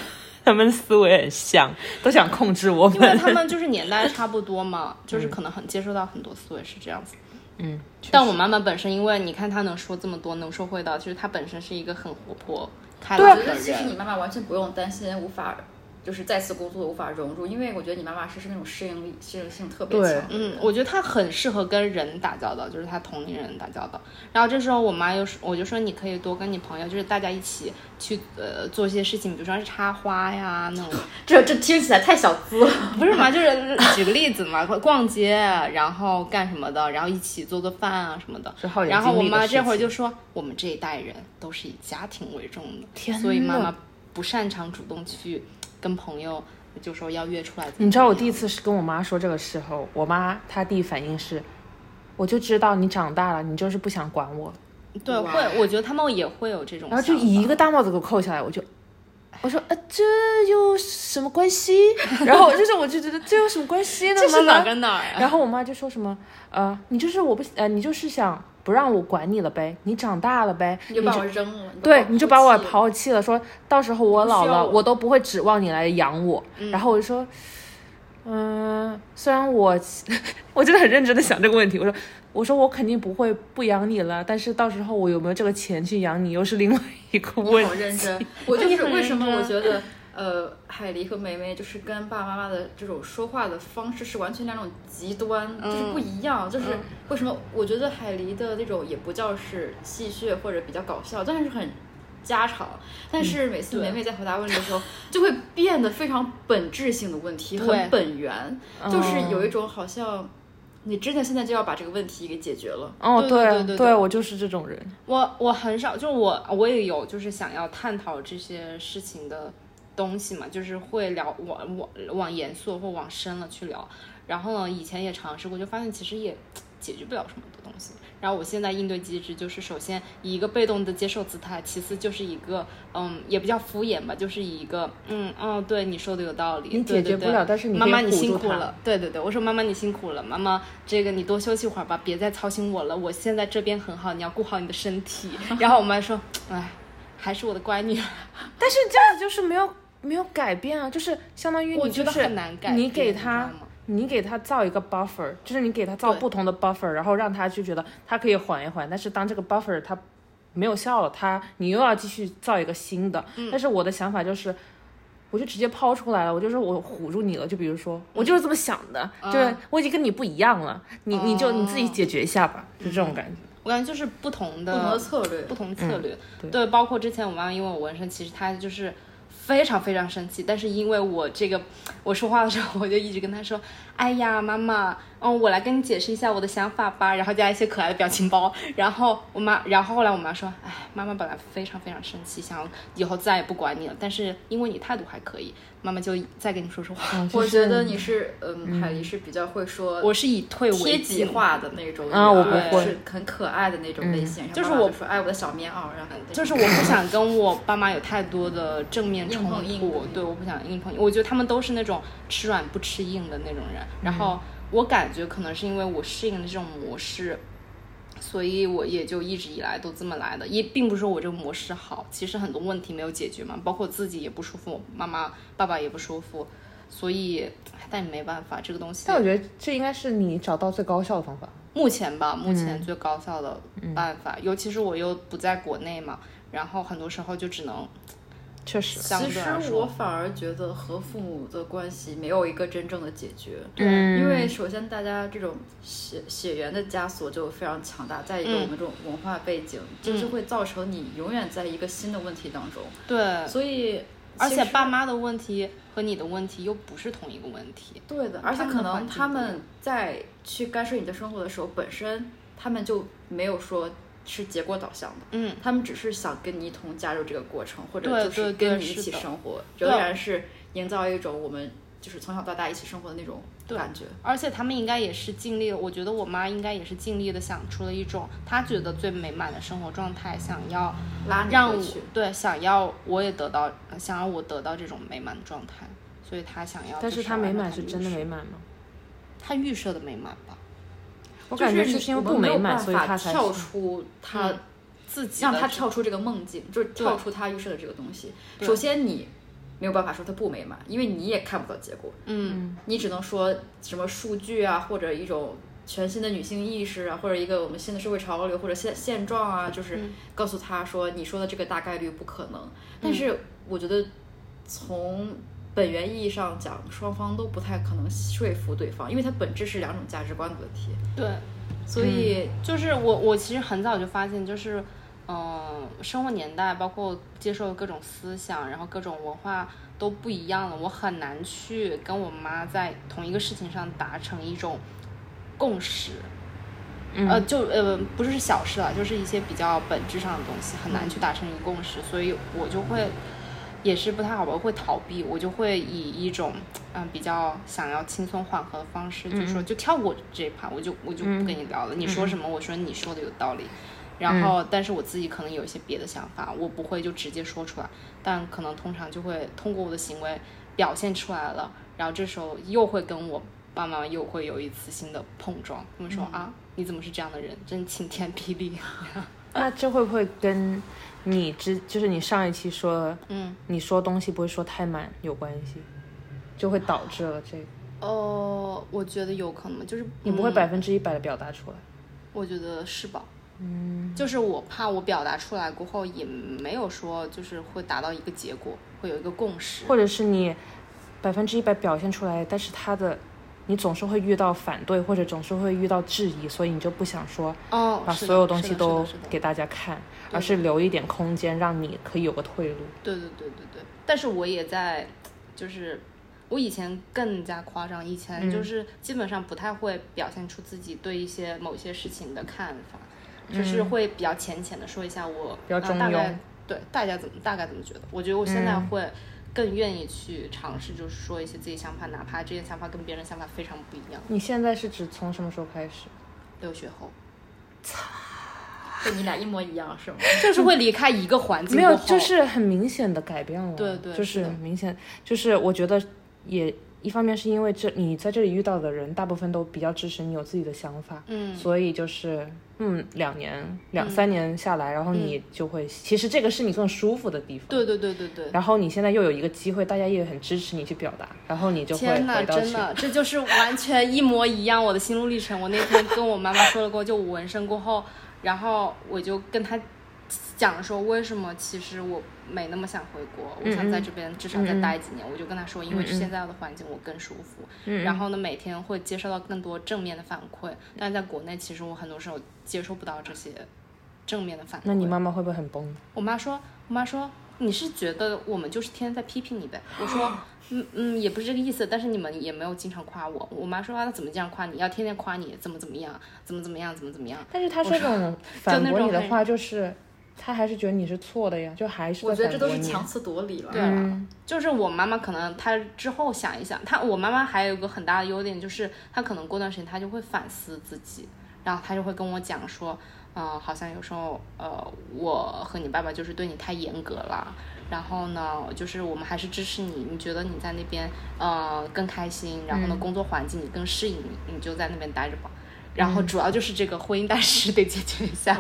他们思维很像，都想控制我因为们。他们就是年代差不多嘛，就是可能很接受到很多思维是这样子。嗯，但我妈妈本身，因为你看她能说这么多，能说会道，就是她本身是一个很活泼、啊开朗我觉的得其实人。你妈妈完全不用担心无法，就是再次工作无法融入，因为我觉得你妈妈是是那种适应力、适应性特别对强。嗯，我觉得她很适合跟人打交道，就是她同龄人打交道。然后这时候我妈又说，我就说你可以多跟你朋友，就是大家一起去呃做一些事情，比如说是插花呀那种，这这听起来太小资了。不是嘛？就是举个例子嘛，逛街，啊然后干什么的，然后一起做做饭啊什么的。是耗眼然后精我力的妈事这会儿情就说，我们这一代人都是以家庭为重的，天所以妈呐妈不擅长主动去跟朋友就说要约出来。你知道我第一，次是跟我妈说这个时候，我妈她第一反应是，我就知道你长大了，你就是不想管我，对，哇会，我觉得他们也会有这种想法，然后就一个大帽子给我扣下来，我就。我说，呃，这有什么关系？然后就是，我就觉得这有什么关系呢？这是妈妈哪跟哪儿啊？然后我妈就说什么，呃，你就是我不呃，你就是想不让我管你了呗，你长大了呗，你就把我扔了，对，你就把我抛弃了。抛弃了，说到时候我老需要了，我我哦都不会指望你来养我。然后我就说，嗯、虽然我 <laughs> 我真的很认真的想这个问题，我说我说我肯定不会不养你了，但是到时候我有没有这个钱去养你，又是另外一个你问好题。<laughs> 认真，我就是很为什么认我真啊觉得呃，海狸和梅梅就是跟爸爸妈妈的这种说话的方式是完全两种极端，就是不嗯一样。就是为什么我觉得海狸的那种也不叫是戏谑或者比较搞笑，但是很家常，嗯但是每次梅梅在回答问题的时候，就会变得非常本质性的问题，对嗯很本源，就是有一种好像你真的现在就要把这个问题给解决了。哦，对对对对我就是这种人。我我很少，就是我我也有就是想要探讨这些事情的东西嘛，就是会聊往往往严肃或往深了去聊。然后呢，以前也尝试过，就发现其实也解决不了什么的东西。然后我现在应对机制就是，首先以一个被动的接受姿态，其次就是一个嗯，也不叫敷衍吧，就是以一个嗯哦，对你说的有道理，你解对决对对不了但是你妈可以妈你唬辛住苦他了，对对对，我说妈妈你辛苦了，妈妈这个你多休息会儿吧，别再操心我了，我现在这边很好，你要顾好你的身体。 <laughs> 然后我妈说，哎，还是我的乖女儿，但是这样就是没有没有改变啊，就是相当于我你觉就得是很难改变你给你他知道吗。你给他造一个 buffer，就是你给他造对不同的 buffer，然后让他就觉得他可以缓一缓。但是当这个 buffer 它没有效了，他你又要继续造一个新的。但是我的想法就是，我就直接抛出来了，我就说我唬住你了。就比如说，我就是这么想的，就是我已经跟你不一样了，你你就你自己解决一下吧，就这种感觉。我感觉就是不同的不同的策略嗯不同策略。对包括之前我妈妈因为我纹身，其实她就是非常非常生气，但是因为我这个我说话的时候，我就一直跟她说：“哎呀，妈妈，嗯，我来跟你解释一下我的想法吧。”然后加一些可爱的表情包。然后我妈，然后后来我妈说：“哎，妈妈本来非常非常生气，想以后再也不管你了，但是因为你态度还可以，妈妈就再跟你说说话。我觉得你是，嗯，海狸是比较会说我是以退为贴进己化的那种啊我女儿不会嗯是很可爱的那种类型。然后就是妈妈我说，哎，我的小棉袄，然后就是我不想跟我爸妈有太多的正面冲硬碰硬突，对，我不想硬碰硬。我觉得他们都是那种吃软不吃硬的那种人。嗯然后我感觉可能是因为我适应了这种模式，所以我也就一直以来都这么来的。也并不是说我这个模式好，其实很多问题没有解决嘛，包括自己也不舒服，妈妈、爸爸也不舒服，所以唉但也没办法，这个东西。但我觉得这应该是你找到最高效的方法。目前吧，目嗯前最高效的办法，尤其是我又不在国内嘛，然后很多时候就只能确实，相其对实来我说，反而觉得和父母的关系没有一个真正的解决，对因为首先大家这种血血缘的枷锁就非常强大，再一个嗯我们这种文化背景，这就会造成你永远在一个新的问题当中，对，所以呃而且其实爸妈的问题和你的问题又不是同一个问题，对的，而且他们可的环能境他不一们在去干涉你的生活的时候，本身他们就没有说是结果导向的，嗯，他们只是想跟你一同加入这个过程，或者对就是对对跟你一是起的生活，对仍然是营造一种我们就是从小到大一起生活的那种感觉。而且他们应该也是尽力了，我觉得我妈应该也是尽力的想出了一种她觉得最美满的生活状态，想要拉你让过我去，对想要我也得到，呃想要我得到这种美满的状态，所以她想要，但是她他美满是真的美，满吗？她预设的美满吧，我我感觉就是因为不美满，所以他才跳出嗯他、自己让的他这跳出这个梦境，就是跳出他预设的这个东西。首先你没有办法说他不美满，因为你也看不到结果，嗯，你只能说什么数据啊，或者一种全新的女性意识啊，或者一个我们新的社会潮流或者现现状啊，就是嗯告诉他说你说的这个大概率不可能。但是我觉得从本源意义上讲，双方都不太可能说服对方，因为它本质是两种价值观的问题，对。嗯所以。就是我我其实很早就发现，就是嗯、呃生活年代包括接受各种思想，然后各种文化都不一样了，我很难去跟我妈在同一个事情上达成一种共识。呃，就呃，不是小事了，就是一些比较本质上的东西，很难去达成一个共识，所以我就会也是不太好吧，我会逃避，我就会以一种嗯、比较想要轻松缓和的方式，就说就跳过这一趴，我就我就不跟你聊了，你说什么，我说你说的有道理。然后，但是我自己可能有一些别的想法，我不会就直接说出来，但可能通常就会通过我的行为表现出来了，然后这时候又会跟我爸妈又会有一次新的碰撞，他们说、啊，你怎么是这样的人，真晴天霹雳。 <laughs> 那这会不会跟你之就是你上一期说，嗯，你说东西不会说太满有关系，就会导致了这个，哦，我觉得有可能，就是嗯你不会百分之一百的表达出来。我觉得是吧？嗯，就是我怕我表达出来过后，也没有说就是会达到一个结果，会有一个共识。或者是你百分之一百表现出来，但是他的你总是会遇到反对，或者总是会遇到质疑，所以你就不想说哦，把是的所有东西是的都是的是的给大家看，而是留一点空间，让你可以有个退路。对对对对对，但是我也在，就是我以前更加夸张，以嗯前就是基本上不太会表现出自己对一些某些事情的看法，就是会比较浅浅的说一下我嗯比较呃中大庸嗯概对大家怎么大概怎么觉得？我觉得我现在会。更愿意去尝试，就是说一些自己想法，哪怕这些想法跟别人想法非常不一样。你现在是指从什么时候开始？留学后，就你俩一模一样是吗？就是会离开一个环境没有过，后就是很明显的改变了。对对就是是的明显，就是我觉得也一方面是因为这你在这里遇到的人大部分都比较支持你有自己的想法，嗯所以就是嗯，两年两三年下来，然后你就会，其实这个是你更舒服的地方。嗯对对对对对，然后你现在又有一个机会，大家也很支持你去表达，然后你就会天呐，回到真去。 <laughs> 的，这就是完全一模一样我的心路历程。我那天跟我妈妈说了过后，就我纹身过后，然后我就跟她讲说，为什么其实我没那么想回国，我想嗯在这边至少再待几年。我就跟她说，因为现在的环境我更舒服，嗯然后呢，每天会接受到更多正面的反馈，但是在国内其实我很多时候接受不到这些正面的反馈。那你妈妈会不会很崩？我妈说，我妈说你是觉得我们就是天天在批评你呗？我说，嗯嗯，也不是这个意思，但是你们也没有经常夸我。我妈说啊，那怎么这样夸你？要天天夸你，怎么怎么样，怎么怎么样，怎么怎么样？但是她这种反那驳种你的很话，就是她还是觉得你是错的呀，就还是我觉在得这都反驳是你。强词夺理了。对了，就是我妈妈可能她之后想一想，她我妈妈还有一个很大的优点就是她可能过段时间她就会反思自己，然后她就会跟我讲说，嗯、好像有时候呃我和你爸爸就是对你太严格了，然后呢就是我们还是支持你，你觉得你在那边呃更开心，然后呢工作环境你更适应，你你就在那边待着吧。然后主要就是这个婚姻大事得解决一下。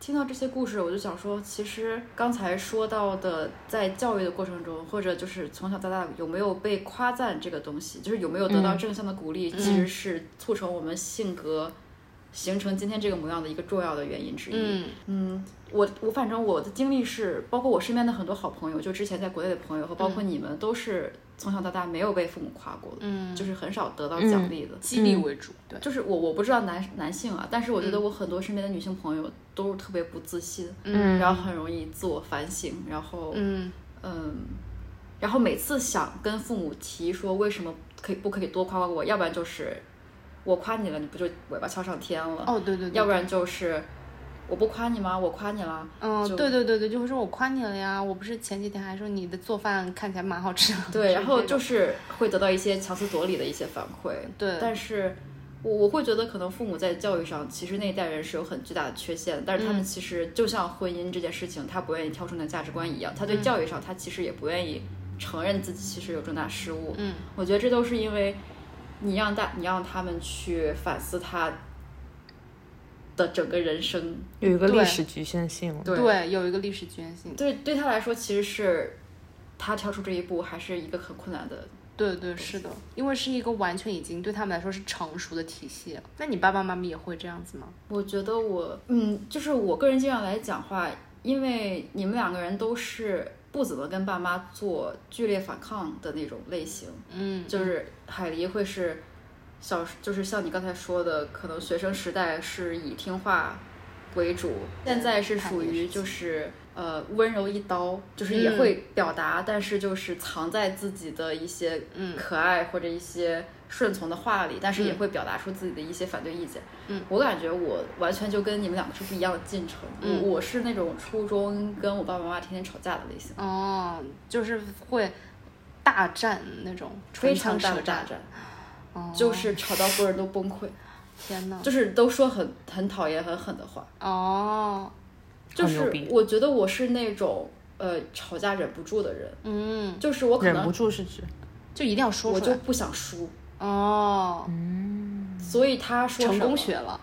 听到这些故事，我就想说，其实刚才说到的，在教育的过程中，或者就是从小到大有没有被夸赞这个东西，就是有没有得到正向的鼓嗯励，其实是促成我们性格形成今天这个模样的一个重要的原因之一。嗯我我反正我的经历是，包括我身边的很多好朋友，就之前在国内的朋友和包括你们，都是从小到大没有被父母夸过的，嗯，就是很少得到奖励的。激励为主，对，就是我我不知道男男性啊，但是我觉得我很多身边的女性朋友都是特别不自信，嗯然后很容易自我反省，然后嗯嗯，然后每次想跟父母提说为什么可以不可以多夸夸我，要不然就是我夸你了，你不就尾巴翘上天了，哦对对对，要不然就是我不夸你吗？我夸 <laughs> 你了，嗯，就对对对对，就会说我夸你了呀，我不是前几天还说你的做饭看起来蛮好吃的。对，然后就是是会得到一些强词夺理的一些反馈。对但是我我会觉得，可能父母在教育上，其实那一代人是有很巨大的缺陷，但是嗯他们其实就像婚姻这件事情，他不愿意跳出那个价值观一样，他对嗯教育上，他其实也不愿意承认自己其实有重大失误。嗯，我觉得这都是因为你让大你让他们去反思他的整个人生，有一个历对史局限性了。这个对有一个历史局限性，对对他来说，其实是他跳出这一步还是一个很困难的对对是的，因为是一个完全已经对他们来说是成熟的体系了。那你爸爸妈妈也会这样子吗？我觉得我，嗯，就是我个人经验来讲话，因为你们两个人都是不怎么跟爸妈做剧烈反抗的那种类型，嗯，就是海狸会是小，就是像你刚才说的，可能学生时代是以听话为主，现在是属于就是呃温柔一刀，就是也嗯会表达，但是就是藏在自己的一些嗯可爱或者一些顺从的话里，但是也会表达出自己的一些反对意见。嗯，我感觉我完全就跟你们两个是不一样的进程。嗯我我是那种初中跟我爸爸妈妈天天吵架的类型，哦，就是会大战那种非唇常枪大舌的大战。战，哦，嗯就是吵到所有人都崩溃。天呐，就是都说很很讨厌、很狠的话。哦，就很牛是逼我觉得我是那种呃吵架忍不住的人，嗯，就是我可忍不能住是指就一定要说我出就来。不想输，哦，所以他说成什么功学了。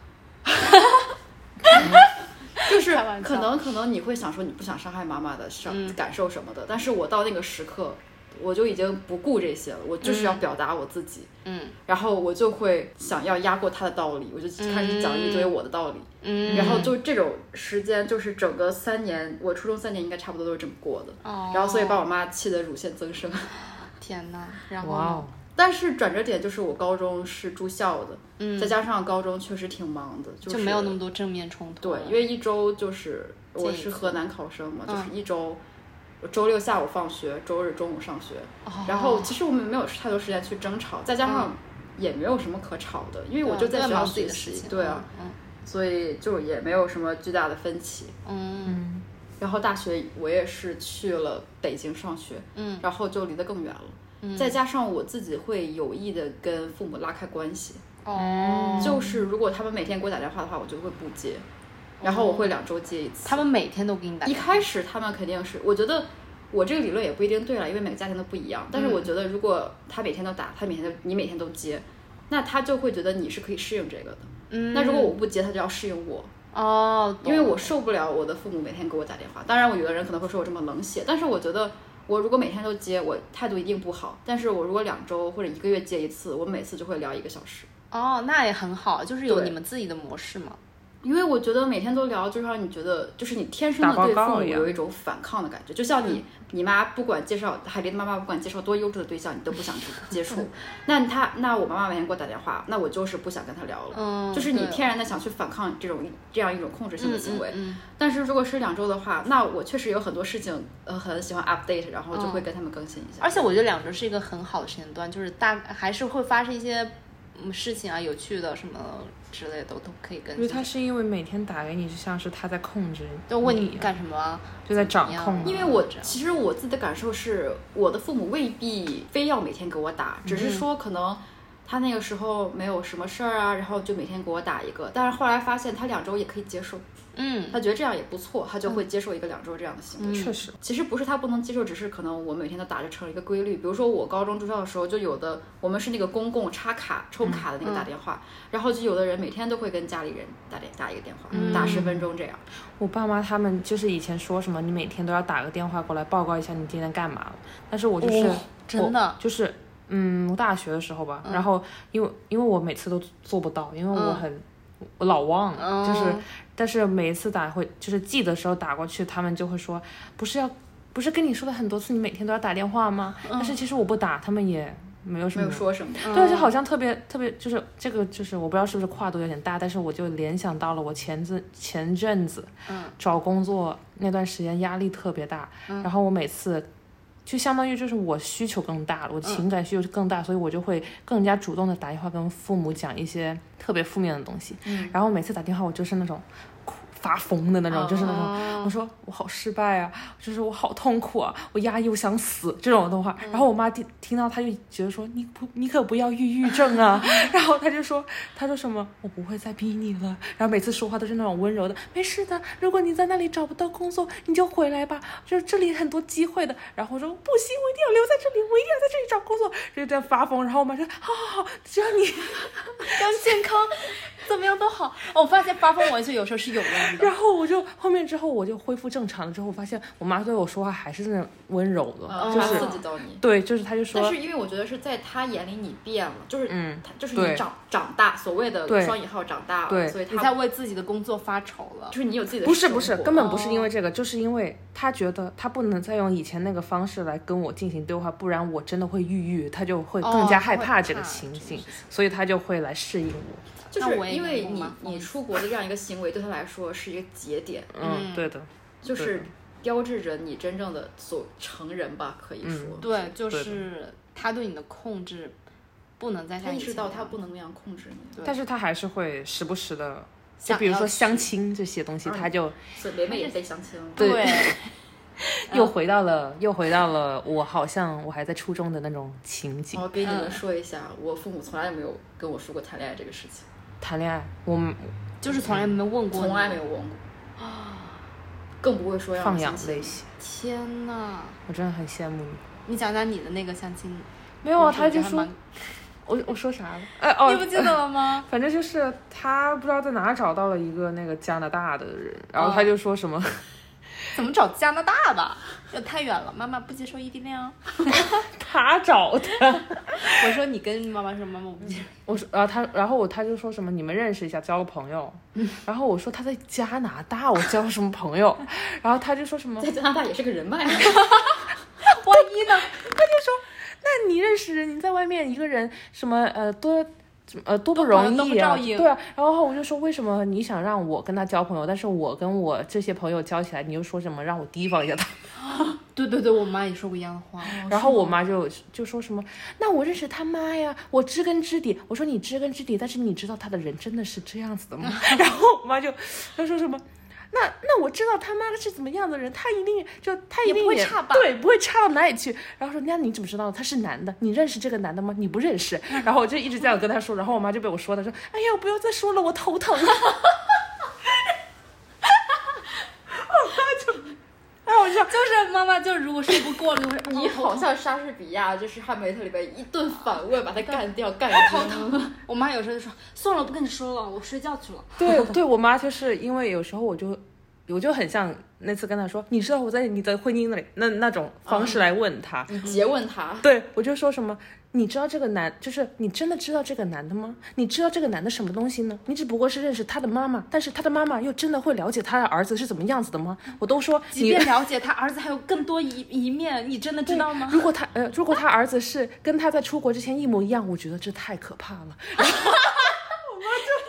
就是开玩笑嗯可能可能你会想说你不想伤害妈妈的伤、感受什么的，但是我到那个时刻，我就已经不顾这些了，我就是要表达我自己，嗯然后我就会想要压过他的道理，我就开始讲一堆我的道理，嗯，然后就这种时间就是整个三年，我初中三年应该差不多都是这么过的，哦，然后所以把我妈气得乳腺增生。 <laughs> 天呐，然后哇呢哦，但是转折点就是我高中是住校的，嗯，再加上高中确实挺忙的，就是、就没有那么多正面冲突对了。，因为一周就是我见一是次河南考生嗯嘛，就是一周，我周六下午放学，周日中午上学。哦然后其实我们没有太多时间去争吵，再加上也没有什么可吵的，因为我就在嗯对学忙校自己学的事习情，，对啊，嗯，所以就也没有什么巨大的分歧。嗯然后大学我也是去了北京上学，嗯，然后就离得更远了。再加上我自己会有意的跟父母拉开关系，嗯哦，就是如果他们每天给我打电话的话，我就会不接，然后我会两周接一次。他们每天都给你打一电话，开始他们肯定是，我觉得我这个理论也不一定对了，因为每个家庭都不一样。但嗯是我觉得如果他每天都打，他每天都你每天都接，那他就会觉得你是可以适应这个的。嗯，那如果我不接，他就要适应我，哦，因为懂我受不了我的父母每天给我打电话。当然，我有的人可能会说我这么冷血，但是我觉得我如果每天都接，我态度一定不好。但是我如果两周或者一个月接一次，我每次就会聊一个小时。哦，那也很好，就是有对你们自己的模式嘛。因为我觉得每天都聊，就让你觉得，就是你天生打的报对父告母一样嗯有一种反抗的感觉，就像你你妈不管介绍海林的妈妈不管介绍多优质的对象，你都不想去接 <laughs> 触。那她那我妈妈每天给我打电话，那我就是不想跟她聊了。嗯，就是你对天然的想去反抗这种这样一种控制性的行为，嗯但是如果是两周的话，那我确实有很多事情呃很喜欢 update，然后就会跟他们更新一下。而且我觉得两周是一个很好的时间段，就是大还是会发生一些嗯事情啊，有趣的什么之类的都都可以跟因为他是因为每天打给你，就像是他在控制，就问你干什么啊，就在掌控怎么你因样为我其实我自己的感受是，我的父母未必非要每天给我打，只是说可能他那个时候没有什么事儿啊，然后就每天给我打一个。但是后来发现他两周也可以接受，嗯他觉得这样也不错，他就会接受一个两周这样的行为。确实，其实不是他不能接受，只是可能我每天都打就成了一个规律。比如说我高中住校的时候，就有的嗯我们是那个公共插卡充卡的那个打电话，然后就有的人每天都会跟家里人打电打一个电话，打十分钟这样。我爸妈他们就是以前说什么，你每天都要打个电话过来报告一下你今天干嘛了。但是我就是、哦真的我就是嗯，我嗯大学的时候吧，然后因为因为我每次都做不到，因为我很、我老忘，就是但是每一次打会就是记的时候打过去，他们就会说不是要不是跟你说了很多次，你每天都要打电话吗？但是其实我不打，他们也嗯没有什没么有说什么，对，就好像特别特别，就是这个，就是我不知道是不是跨度有点大，但是我就联想到了我前阵前阵子，嗯，找工作那段时间压力特别大，然后我每次就相当于就是我需求更大了，我情感需求更大，所以我就会更加主动的打电话跟父母讲一些特别负面的东西，嗯，然后每次打电话我就是那种哭。发疯的那种，就是那哦种，我说我好失败啊，就是我好痛苦啊，我压抑，我想死这种的话，然后我妈听听到，她就觉得说你不，你可不要抑郁症啊，然后她就说，她说什么我不会再逼你了，然后每次说话都是那种温柔的，没事的，如果你在那里找不到工作，你就回来吧，就是这里很多机会的，然后我说不行，我一定要留在这里，我一定要在这里找工作，就这样发疯，然后我妈说好好好，只要你。要健康，怎么样都好。哦，我发现发疯文学有时候是有用的。然后我就后面之后我就恢复正常了，之后我发现我妈对我说话还是那种温柔的，啊就怕是刺激到你。对，就是她就说，但是因为我觉得是在他眼里你变了，就是嗯他就是对你长长大，所谓的对双引号长大对了，所以你在他为自己的工作发愁了就。是你有自己的不是生活不是，根本哦不是因为这个，就是因为他觉得他不能再用以前那个方式来跟我进行对话，不然我真的会抑郁，他就会更加哦害会怕这个怕这情个形，事情所以他就会来适应我。就那我是也因为能够你吗你出国的这样一个行为对他来说是一个节点，嗯，对的，就是标志着你真正的所成人吧，可以说。嗯对，就是他对你的控制不能再他像意以前识那到样。他不能那样控制你，但是他还是会时不时的，就想比如要说去嗯相亲这些东西，他就所以梅梅也被相亲了。对对，嗯又回到了又回到了我好像我还在初中的那种情景哦我，要跟你嗯们说一下，我父母从来没有跟我说过谈恋爱这个事情，谈恋爱，我们就是从来没问过你，从来没有问过更不会说让放你养相亲类型， <gasps> 天呐，我真的很羡慕你。你讲讲你的那个相亲，没有啊，他你就还说蛮，我我说啥了？哎哦，你不记得了 <laughs> 吗？反正就是他不知道在哪找到了一个那个加拿大的人，然后他就说什么，怎么找加拿大的？这太远了，妈妈不接受异地恋哦。他找的。我说你跟妈妈说，妈妈我不接受。 <laughs> 我说，然后他，然后我他就说什么你们认识一下，交个朋友。然后我说他在加拿大，我交什么朋友？ <laughs> 然后他就说什么，啊 <laughs> 在加拿大也是个人脉。万一呢？ <laughs> 那你你认识人，你在外面一个人什么呃多。呃，多都不容都不易啊！照应对啊，然后我就说，为什么你想让我跟他交朋友，但是我跟我这些朋友交起来，你又说什么让我提防一下他？对对对，我妈也说过一样的话。然后我妈就就说什么，那我认识他妈呀，我知根知底。我说你知根知底，但是你知道他的人真的是这样子的吗？ <laughs> 然后我妈就她说什么。那那我知道他妈是怎么样的人，他一定就他一定也不会差吧对，不会差到哪里去。然后说，那你怎么知道他是男的？你认识这个男的吗？你不 <laughs> 认识。然后我就一直这样跟他说，然后我妈就被我说的说，哎呀，不要再说了， <laughs> 我头疼。哎就是妈妈，就如果说不哦过，就会 <laughs> 你好像莎士比亚，就是《哈姆雷特》里边一顿反问，把他干掉，干掉。我妈有时候就说算了，不跟你说了，我睡觉去 <laughs> 了。对对，我妈就是因为有时候我就我就很像那次跟她说，你知道我在你的婚姻那里那那种方式来问她，你诘问他，对我就说什么。你知道这个男，就是你真的知道这个男的吗？你知道这个男的什么东西呢？你只不过是认识他的妈妈，但是他的妈妈又真的会了解他的儿子是怎么样子的吗？我都说你，即便了解他儿子还有更多一一面，你真的知道吗？ <laughs> 如果他呃，如果他儿子是跟他在出国之前一模一样，我觉得这太可怕了。 <laughs>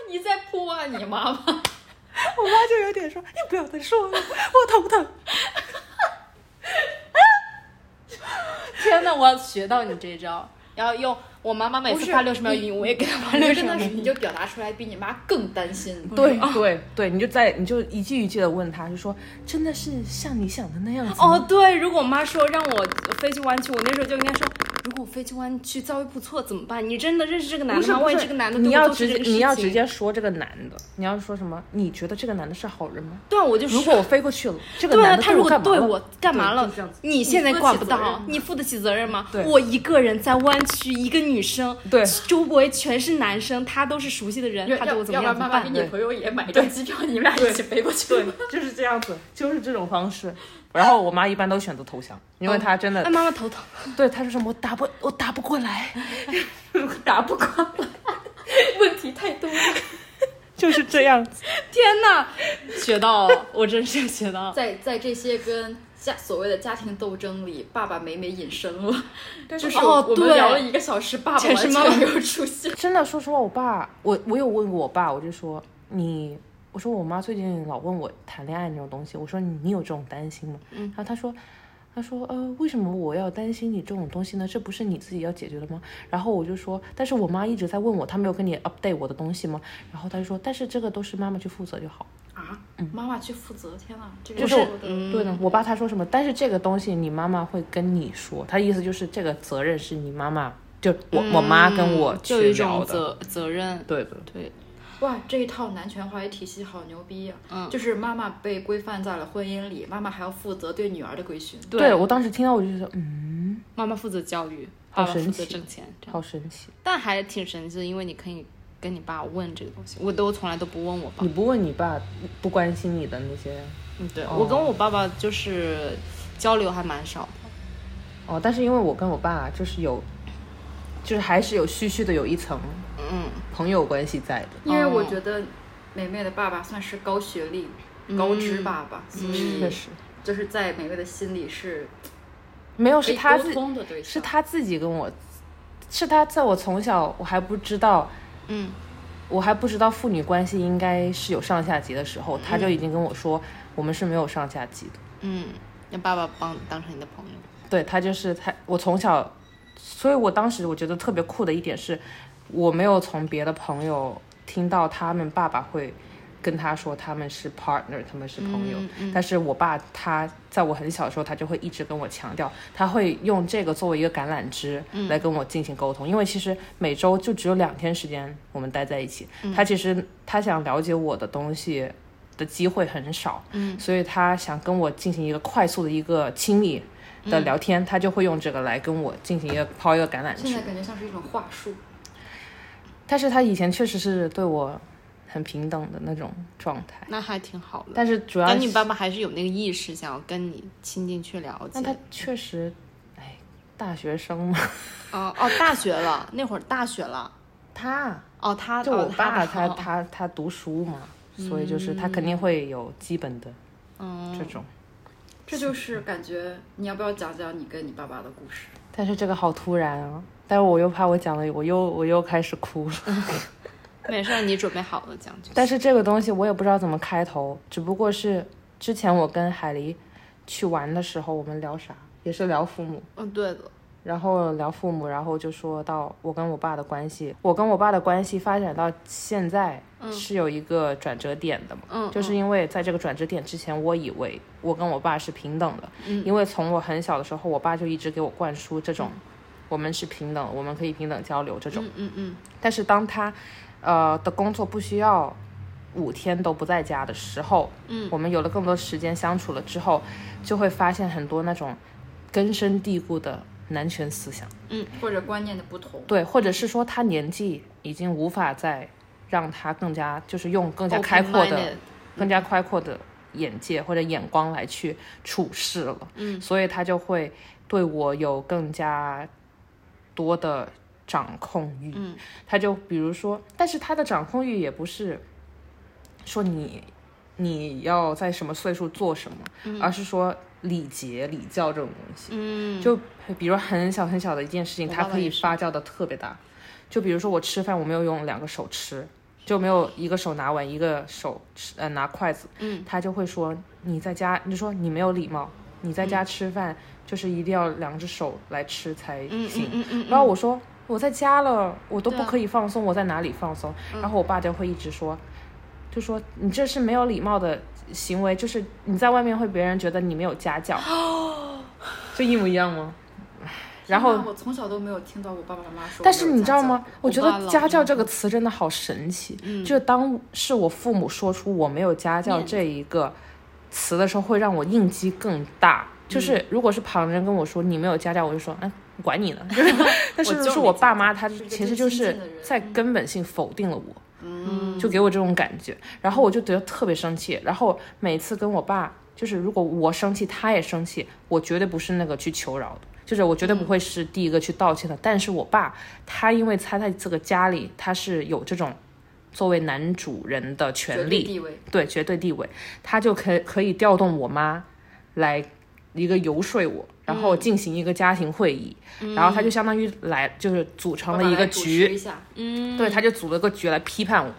你在破案你妈 <laughs> 妈。 <laughs> 我妈就有点说：“你不要再说了，我头疼。” <laughs> 天哪，我要学到你这招，然后用我妈妈每不次是发六十秒语音，我也给她发你六就十真秒的语是，音。你就表达出来，比你妈更担心。对哦对对，你就在你就一句一句的问他，就说真的是像你想的那样子吗哦，对，如果我妈说让我飞去湾区，我那时候就应该说，如果我飞去湾区遭遇不错怎么办？你真的认识这个男不的是吗？不万一是这个男的你对我要做出直接这个事你要情直接说这个男的，你要说什么？你觉得这个男的是好人吗？对啊，我就如说果我飞过去了，这个对男啊，的他如我果干嘛对了我干嘛对了就这样子？你现在负得管起不责到任，你负得起责任吗？对我一个人在湾区，一个女生，对周围全是男生，他都是熟悉的人， <laughs> 要他对要我怎要么样不然怎么妈妈给办？你朋友也买一张机票，你们俩一起飞过去。对，就是这样子，就是这种方式。然后我妈一般都选择投降，因为她真的、哦那妈妈头疼，对她说什么我打不我打不过来， <laughs> 打不过来，问题太多了。 <laughs> 就是这样子。天哪，学到了，我真是学到了。在在这些跟家所谓的家庭斗争里，爸爸每每隐身了，就是哦我们对聊了一个小时，爸爸全完是全妈妈没有出现。真的，说实话，我爸，我我有问过我爸，我就说你，我说我妈最近老问我谈恋爱那种东西，我说你你有这种担心吗？嗯，然后他说。他说：“呃，为什么我要担心你这种东西呢？这不是你自己要解决的吗？”然后我就说：“但是我妈一直在问我，她没有跟你 update 我的东西吗？”然后他就说：“但是这个都是妈妈去负责就好。啊，妈妈去负责，天哪，嗯这个就是嗯说的对的，我爸他说什么？但是这个东西你妈妈会跟你说，他意思就是这个责任是你妈妈，就我、我妈跟我嗯就有去一聊种的。责责任，对的，对，哇，这一套男权话语体系好牛逼呀、啊嗯就是妈妈被规范在了婚姻里，妈妈还要负责对女儿的规训。对我当时听到我就觉得，嗯，妈妈负责教育，好爸爸负神责奇挣钱，这样。好神奇！但还挺神奇的，因为你可以跟你爸问这个东西，我都从来都不问我爸你。不问你爸，不关心你的那些嗯，对，我跟我爸爸就是交流还蛮少的。哦，但是因为我跟我爸就是有，就是还是有絮絮的有一层嗯，朋友关系在的。因为我觉得美美的爸爸算是高学历、高知爸爸，所以嗯确实，就是在美美的心里是没有可是以他沟自通的对象，是他自己跟我，是他在我从小我还不知道，嗯，我还不知道父女关系应该是有上下级的时候，他就已经跟我说我们是没有上下级的。嗯，让爸爸帮当成你的朋友。对他就是他，我从小，所以我当时我觉得特别酷的一点是，我没有从别的朋友听到他们爸爸会跟他说他们是 partner，他们是朋嗯友，但是我爸他在我很小的时候，他就会一直跟我强调，他会用这个作为一个橄榄枝来跟我进行沟通，因为其实每周就只有两天时间我们待在一起，他其实他想了解我的东西。的机会很少，嗯，所以他想跟我进行一个快速的一个亲密，的聊天，他就会用这个来跟我进行一个抛一个橄榄现枝在。感觉像是一种话术。但是他以前确实是对我很平等的那种状态，那还挺好的。但是主要但是你爸爸还是有那个意识，想要跟你亲近去了解那。他确实，哎，大学生嘛，哦哦，大学了， <laughs> 那会儿大学了。他哦，他就哦我爸他他的他他读书嘛，所以就是他肯定会有基本的这种。这就是感觉，你要不要讲讲你跟你爸爸的故事？但是这个好突然啊！但是我又怕我讲了，我又我又开始哭了。 <laughs> 没事儿，你准备好了讲就行。但是这个东西我也不知道怎么开头，只不过是之前我跟海狸去玩的时候，我们聊啥也是聊父母，嗯，对的，然后聊父母，然后就说到我跟我爸的关系，我跟我爸的关系发展到现在是有一个转折点的嘛，嗯，就是因为在这个转折点之前，我以为我跟我爸是平等的，嗯因为从我很小的时候，我爸就一直给我灌输这种我们是平等，我们可以平等交流这种。嗯嗯嗯但是当他呃的工作不需要五天都不在家的时候，嗯，我们有了更多时间相处了之后，就会发现很多那种根深蒂固的男权思想，或者观念的不同，对，或者是说他年纪已经无法再让他更加就是用更加开阔的 Open-minded 更加开阔的眼界或者眼光来去处事了，嗯，所以他就会对我有更加多的掌控欲，嗯，他就比如说，但是他的掌控欲也不是说你你要在什么岁数做什么，而是说礼节礼教这种东西，嗯，就比如很小很小的一件事情，我他爸爸可以也是发酵的特别大，就比如说我吃饭，我没有用两个手吃。就没有一个手拿碗，一个手吃呃拿筷子，嗯，他就会说你在家，你就说你没有礼貌，你在嗯家吃饭、就是一定要两只手来吃才嗯行嗯，嗯嗯，然后我说我在家了，我都对不啊嗯可以放松，我在哪里放松？然后我爸就会一直说，就说你这是没有礼貌的行为，就是你在外面会别人觉得你没有家教，哦就一模一样吗？然后天哪我从小都没有听到我爸爸妈妈说，但是你知道吗？？我我觉爸得老家是教这这个词真的好神奇。就当是我父母说出我没有家嗯教面子这一个词的时候，会让我应激更大。嗯就是如果是旁人跟我说你没有家教，我就说嗯，管你呢。就是但是 <laughs> 我就如果是没我家爸教妈，他是一个其最实就亲近是的人在根本性否定了我。嗯，就给我这种感觉，然后我就觉得特别生气，然后每次跟我爸，就是如果我生气，他也生气，我绝对不是那个去求饶的，就是我绝对不会是第一个去道歉的。但是我爸，他因为他在这个家里，他是有这种作为男主人的绝权对利，地位，对绝对地位，他就可以可以调动我妈来一个游说我，然后嗯进行一个家庭会议，然后他就相当于来就是组成我了把一它个主局持，一下，对，他就组了个局来批判我，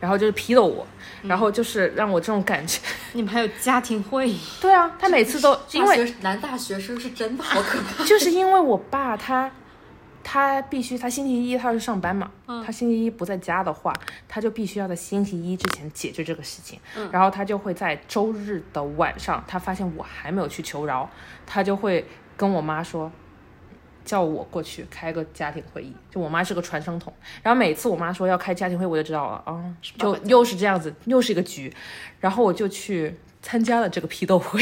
然后就是批斗我，然后就是让我这种感觉。 <laughs> 你们还有家庭会议，对啊，他每次都因为大学男大学生是真的好可 <laughs> 怕，就是因为我爸他他必须他星期一他要去上班嘛，他星期一不在家的话，他就必须要在星期一之前解决这个事情，然后他就会在周日的晚上，他发现我还没有去求饶，他就会跟我妈说。叫我过去开个家庭会议，就我妈是个传声筒，然后每次我妈说要开家庭会，我就知道了啊、就又是这样子，又是一个局，然后我就去参加了这个批斗会，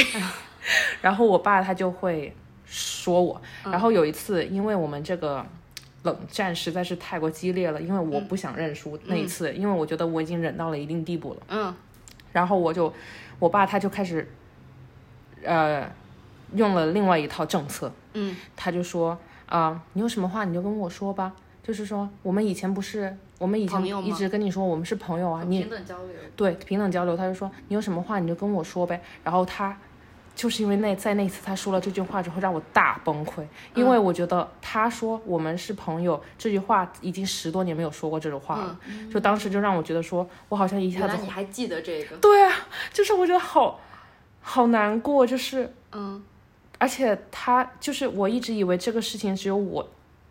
<laughs> 然后我爸他就会说我。嗯然后有一次，因为我们这个冷战实在是太过激烈了，因为我不想认输。那一次，因为我觉得我已经忍到了一定地步了。嗯，然后我就，我爸他就开始，呃，用了另外一套政策。嗯，他就说啊、你有什么话你就跟我说吧。就是说，我们以前不是，我们以前朋友吗一直跟你说我们是朋友啊，你平等交流，对，平等交流。他就说你有什么话你就跟我说呗。然后他就是因为那在那次他说了这句话之后，让我大崩溃，因嗯为我觉得他说我们是朋友这句话已经十多年没有说过这种话了，嗯就当时就让我觉得说我好像一下原来子你还记得这个，对啊，就是我觉得好好难过，就是嗯，而且他就是我一直以为这个事情只有我，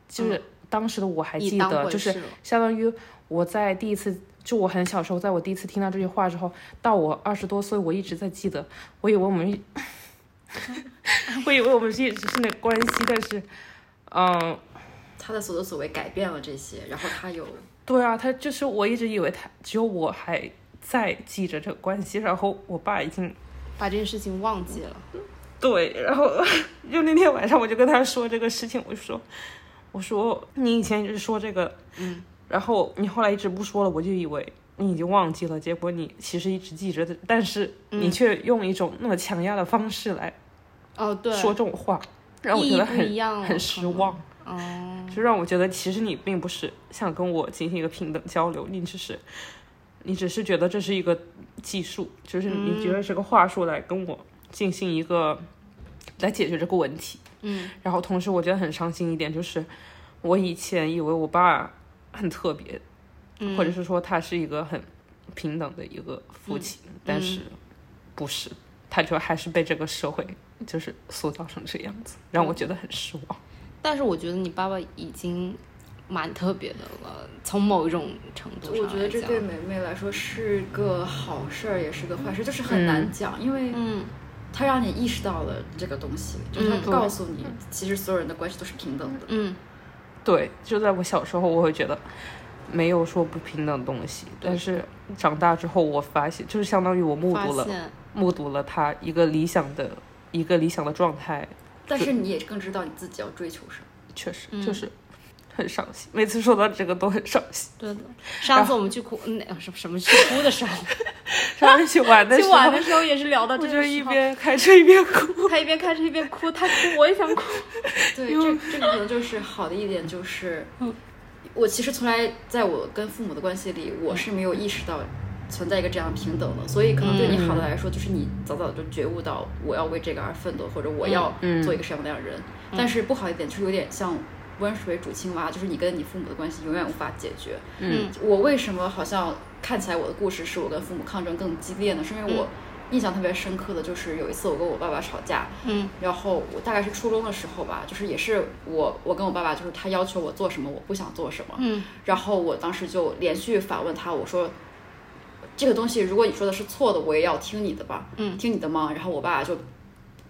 就是当时的我还嗯你记当得，回就是事了相当于我在第一次，就我很小时候，在我第一次听到这句话之后，到我二十多岁，我一直在记得，我以为我们 <laughs> 一，我以为我们是一直是那个关系，但是，嗯，他的所作所为改变了这些，然后他有对啊，他就是我一直以为他只有我还在记着这个关系，然后我爸已经把这件事情忘记了，对，然后 <laughs> 就那天晚上我就跟他说这个事情，我就说，我说你以前一直说这个，嗯，然后你后来一直不说了，我就以为你已经忘记了，结果你其实一直记着的，但是嗯你却用一种那么强压的方式来哦，对，说这种话，让我意觉义得不很一样啊了很失望，哦，就让我觉得其实你并不是想跟我进行一个平等交流，你只是。你只是觉得这是嗯一个技术，就是你觉得是个话术来跟我进行一个来解决这个问题。嗯，然后同时我觉得很伤心一点就是，我以前以为我爸很特别，嗯或者是说他是一个很平等的一个父亲，但嗯是不是，他就还是被这个社会就是塑造成这样子，让我觉得很失望。但是我觉得你爸爸已经蛮特别的了，从某一种程度上我觉得来这讲对梅梅来说是个好事儿，也是个坏事，就是很难讲，因为嗯它让你意识到了这个东西，就是嗯它对告诉你，其实所有人的关系都是平等的。嗯对，就在我小时候，我会觉得没有说不平等的东西，但是长大之后，我发现就是相当于我目发睹了现目睹了他一个理想的一个理想的状态，但是你也更知道你自己要追求什么。确实嗯就是很伤心。每次说到这个都很伤心。对的。上次我们去 <laughs> 哭，那什么什么去哭的时候，上次去玩的 <laughs> 去时候，玩的时候也是聊到我这就个一时候，边开车一边哭。他一边开车一边哭，他哭我也想哭。对，这这个可能就是好的一点，就是我其实从来在我跟父母的关系里，我是没有意识到存在一个这样平等的，所以可能对你好的来说，就是你早早就觉悟到我要为这个而奋斗，或者我要做一个什么样的人。但是不好一点，就是有点像。温水煮青蛙，就是你跟你父母的关系永远无法解决。嗯，我为什么好像看起来我的故事是我跟父母抗争更激烈呢？是因为我印象特别深刻的就是有一次我跟我爸爸吵架，嗯然后我大概是初中的时候吧，就是也是我我跟我爸爸就是他要求我做什么，我不想做什么，嗯然后我当时就连续反问他，我说这个东西如果你说的是错的，我也要听你的吧，嗯听你的吗？然后我爸就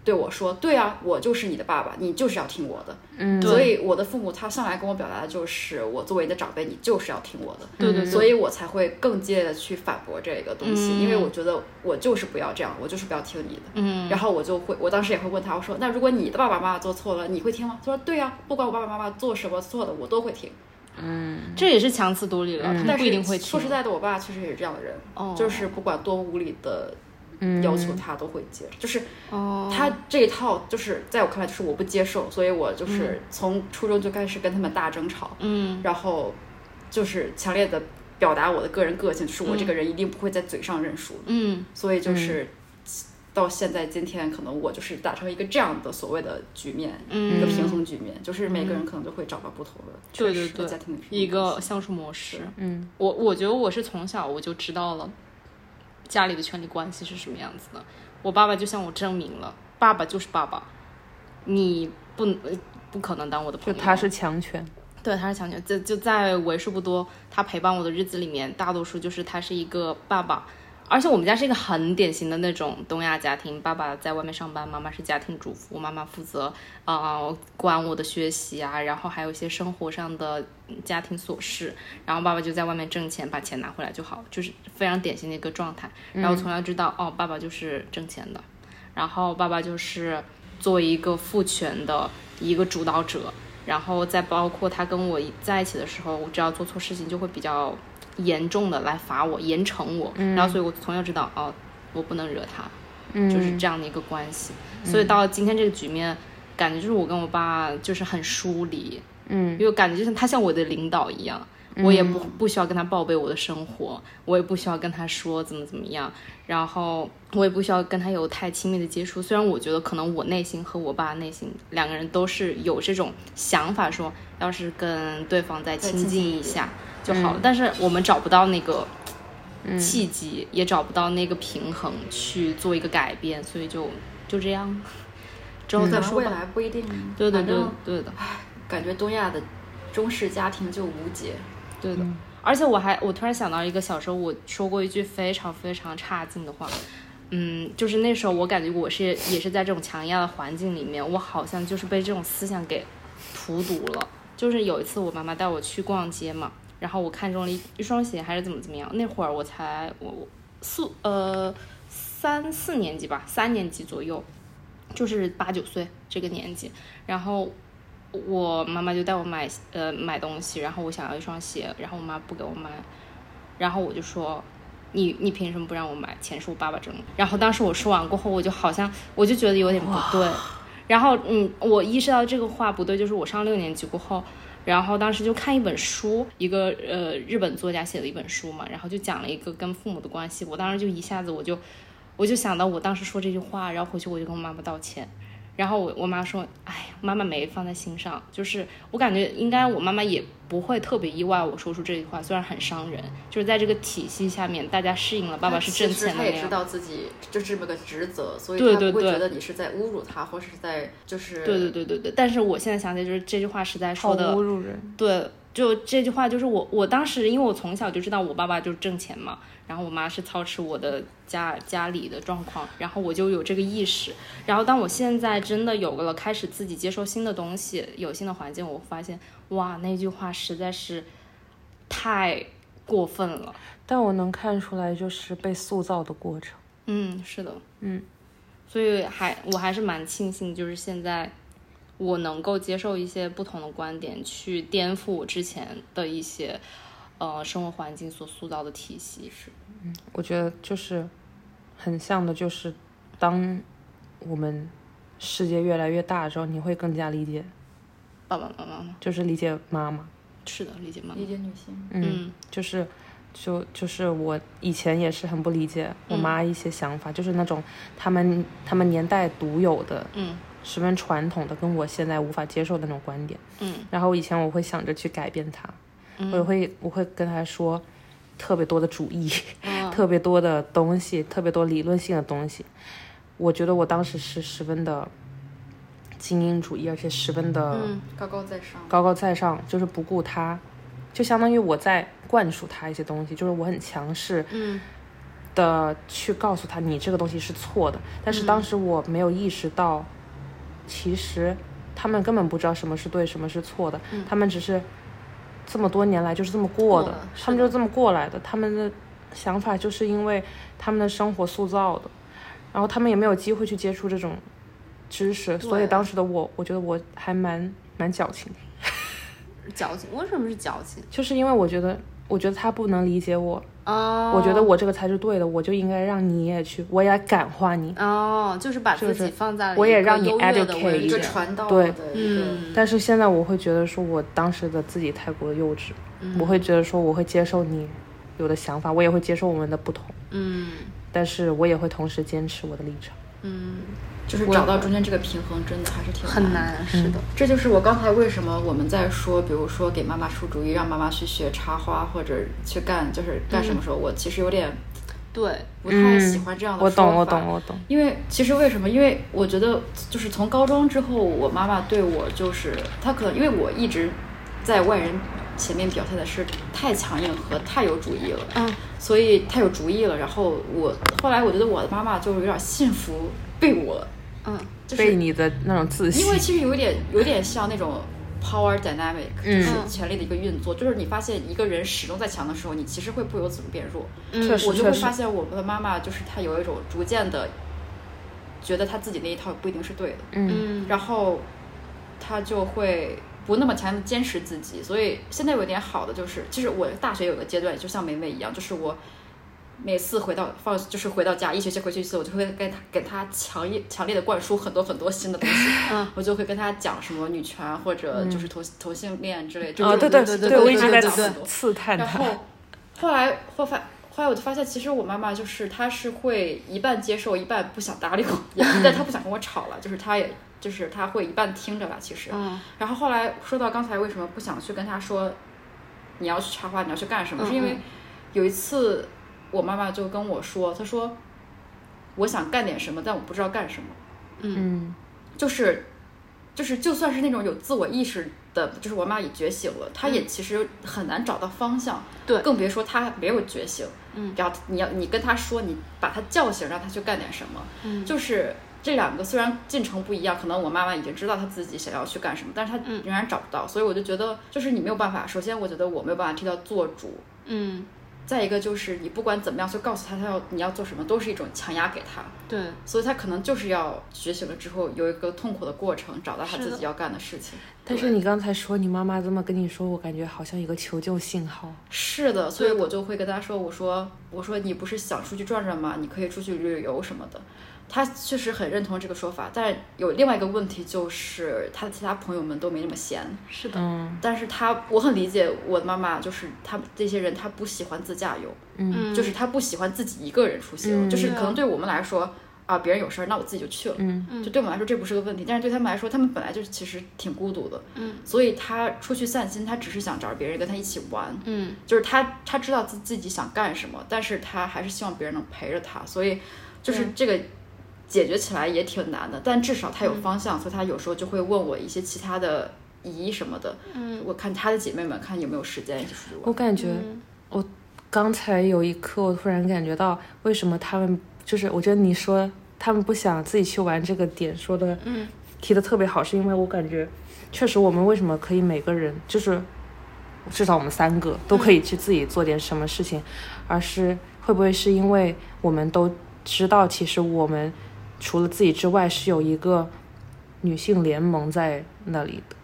对我说，对啊，我就是你的爸爸，你就是要听我的，嗯所以我的父母他上来跟我表达的就是，我作为你的长辈，你就是要听我的，对对对所以我才会更激烈的去反驳这个东西，嗯因为我觉得我就是不要这样，我就是不要听你的。嗯，然后我就会，我当时也会问他，我说：“那如果你的爸爸妈妈做错了，你会听吗？”他说：“对呀、啊不管我爸爸妈妈做什么错的，我都会听。这也是强词夺理了，嗯他们但不是一定会听。说实在的，我爸确实也是这样的人，嗯哦就是不管多无理的要求，他都会接。就是哦，他这一套，就是在我看来，就是我不接受，所以我就是从初中就开始跟他们大争吵，嗯然后就是强烈的表达我的个人个性，就是我这个人一定不会在嘴上认输的。嗯所以就是到现在今天，可能我就是达成一个这样的所谓的局面，一个平嗯，衡局面，就是每个人可能都会找到不同的对对确实对家庭的平衡一个相处模式。嗯，我我觉得我是从小我就知道了家里的权力关系是什么样子的。我爸爸就向我证明了，爸爸就是爸爸，你不能呃不可能当我的朋就友。他是强权，对，他是强权，就就在为数不多他陪伴我的日子里面，大多数就是他是一个爸爸，而且我们家是一个很典型的那种东亚家庭，爸爸在外面上班，妈妈是家庭主妇，妈妈负责呃管我的学习啊，然后还有一些生活上的家庭琐事，然后爸爸就在外面挣钱，把钱拿回来就好，就是非常典型的一个状态。然后从来知道、哦，爸哦爸就是挣钱的，然后爸爸就是作为一个父权的一个主导者，然后再包括他跟我在一起的时候，我只要做错事情就会比较严重的来罚我、严惩我，然后所以我从小知道哦，我不能惹他，就是这样的一个关系。所以到今天这个局面，感觉就是我跟我爸就是很疏离，嗯，因为感觉就像他像我的领导一样。我也不不需要跟他报备我的生活，我也不需要跟他说怎么怎么样，然后我也不需要跟他有太亲密的接触。虽然我觉得可能我内心和我爸内心两个人都是有这种想法说，要是跟对方再亲近一嗯下就好了，但是我们找不到那个契机，也找不到那个平衡去做一个改变，所以就就这样，嗯之后可再能说嗯未吧。来不一定，啊对对反对正对的。感觉东亚的中式家庭就无解，对的，而且我还我突然想到一个小时候我说过一句非常非常差劲的话，嗯，就是那时候我感觉我是也是在这种强压的环境里面，我好像就是被这种思想给荼毒了。就是有一次我妈妈带我去逛街嘛，然后我看中了一一双鞋还是怎么怎么样，那会儿我才我我四呃三四年级吧，三年级左右，就是八九岁这个年纪，然后我妈妈就带我买呃买东西，然后我想要一双鞋，然后我妈不给我买，然后我就说。你你凭什么不让我买？钱是我爸爸挣的。然后当时我说完过后，我就好像我就觉得有点不对。然后嗯，我意识到这个话不对，就是我上六年级过后，然后当时就看一本书，一个呃日本作家写的一本书嘛，然后就讲了一个跟父母的关系。我当时就一下子我就我就想到我当时说这句话，然后回去我就跟我妈妈道歉。然后我我妈说，哎呀，妈妈没放在心上，就是我感觉应该我妈妈也不会特别意外我说出这句话，虽然很伤人，就是在这个体系下面，大家适应了爸爸是挣其实钱的他那也知样。道自己就这么个职责，所以对他对不会对觉得你是在侮辱他，或是在就是对对对对对，但是我现在想起来，就是这句话实在说的侮辱人。对，就这句话就是我，我当时因为我从小就知道我爸爸就是挣钱嘛，然后我妈是操持我的家家里的状况，然后我就有这个意识。然后当我现在真的有了开始自己接受新的东西，有新的环境，我发现哇，那句话实在是太过分了。但我能看出来，就是被塑造的过程。嗯，是的，嗯，所以还我还是蛮庆幸，就是现在我能够接受一些不同的观点，去颠覆我之前的一些呃生活环境所塑造的体系。是，我觉得就是很像的，就是当我们世界越来越大之后，你会更加理解，爸爸妈妈吗？就是理解妈妈。是的，理解吗？理解女性。嗯就是就就是我以前也是很不理解嗯我妈一些想法，就是那种他们他们年代独有的，嗯，十分传统的，跟我现在无法接受的那种观点，嗯，然后以前我会想着去改变它，我也会我会跟她说特别多的主义，嗯 <laughs> 特别多的东西，特别多理论性的东西，我觉得我当时是十分的精英主义，而且十分的、嗯高高在上，高高在上，就是不顾他，就相当于我在灌输他一些东西，就是我很强势，嗯，的去告诉他你这个东西是错的，但是当时我没有意识到，其实他们根本不知道什么是对，什么是错的，他们只是这么多年来就是这么过的，嗯过了是他们就的这么过来的，他们的想法就是因为他们的生活塑造的，然后他们也没有机会去接触这种知识，所以对当时的我，我觉得我还蛮蛮矫情的。矫情，为什么是矫情？就是因为我觉得，我觉得他不能理解我，哦，我觉得我这个才是对的，我就应该让你也去，我也感化你。哦，就是把就自是己放在了我也一个嗯让你优越的 educate 位一置个理解传道对的一个但是现在我会觉得说，我当时的自己太过幼稚，嗯我会觉得说，我会接受你有的想法，我也会接受我们的不同，嗯但是我也会同时坚持我的立场。嗯，就是找到中间这个平衡，真的还是挺很难的。嗯难，是的，这就是我刚才为什么我们在说，比如说给妈妈出主意，让妈妈去学插花或者去干，就是干嗯什么时候，我其实有点对，不太喜欢这样的我啊说懂，法我懂，我懂。因为其实为什么？因为我觉得就是从高中之后，我妈妈对我就是她可能因为我一直在外人前面表现的是太强硬和太有主义了，嗯，所以太有主意了。然后我后来我觉得我的妈妈就是有点信服被我，嗯，就是被你的那种自信因为，其实有一点有点像那种 power dynamic，嗯就是权力的一个运作。就是你发现一个人始终在强的时候，你其实会不由自主变弱。确实我就会确实发，现我们的妈妈就是她有一种逐渐的觉得她自己那一套不一定是对的，嗯，嗯然后她就会不那么强的坚持自己。所以现在有点好的就是，其实我大学有个阶段，就像梅梅一样，就是我。每次回到放就是回到家，一学期回去一次，我就会跟她给她强烈强烈的灌输很多很多新的东 <laughs> 西，嗯我就会跟她讲什么女权或者就是同、同性恋之类，就是啊，嗯对我对就对就对，跟我她一直在讲刺很多刺 <laughs> 探然他后，后来后发。后来我就发现，其实我妈妈就是，她是会一半接受，一半不想搭理我，也不是但她不想跟我吵了，就是她也就是她会一半听着吧，其实。嗯然后后来说到刚才为什么不想去跟她说，你要去插花，你要去干什么，嗯是因为有一次我妈妈就跟我说，她说我想干点什么，但我不知道干什么。嗯，就是就是就算是那种有自我意识的，就是我妈也觉醒了，她也其实很难找到方向，嗯对更别说她没有觉醒，嗯，然后你要你跟她说，你把她叫醒，让她去干点什么，嗯就是。这两个虽然进程不一样，可能我妈妈已经知道她自己想要去干什么，但是她嗯仍然找不到，所以我就觉得，就是你没有办法。首先，我觉得我没有办法替她做主，嗯，再一个就是你不管怎么样去告诉她，她要你要做什么，都是一种强压给她。对。所以他可能就是要觉醒了之后有一个痛苦的过程，找到他是的自己要干的事情。但是你刚才说你妈妈这么跟你说，我感觉好像一个求救信号。是的，所以我就会跟他说：“我说，我说你不是想出去转转吗？你可以出去旅游什么的。”他确实很认同这个说法，但有另外一个问题就是，他的其他朋友们都没那么闲。是的，嗯但是他，我很理解我的妈妈，就是他们这些人，他不喜欢自驾游，嗯，嗯就是他不喜欢自己一个人出行，就是可能对我们来说。啊，别人有事儿，那我自己就去了。嗯，就对我们来说这不是个问题，但是对他们来说，他们本来就是其实挺孤独的。嗯，所以他出去散心，他只是想找别人跟他一起玩。嗯，就是他他知道自自己想干什么，但是他还是希望别人能陪着他，所以就是这个解决起来也挺难的，但至少他有方向，所以他有时候就会问我一些其他的姨什么的。嗯，我看他的姐妹们看有没有时间一起出去玩。我感觉嗯我刚才有一刻，我突然感觉到为什么他们就是，我觉得你说他们不想自己去玩这个点说的，嗯，提的特别好，是因为我感觉确实我们为什么可以每个人就是至少我们三个都可以去自己做点什么事情，而是会不会是因为我们都知道，其实我们除了自己之外是有一个女性联盟在那里的。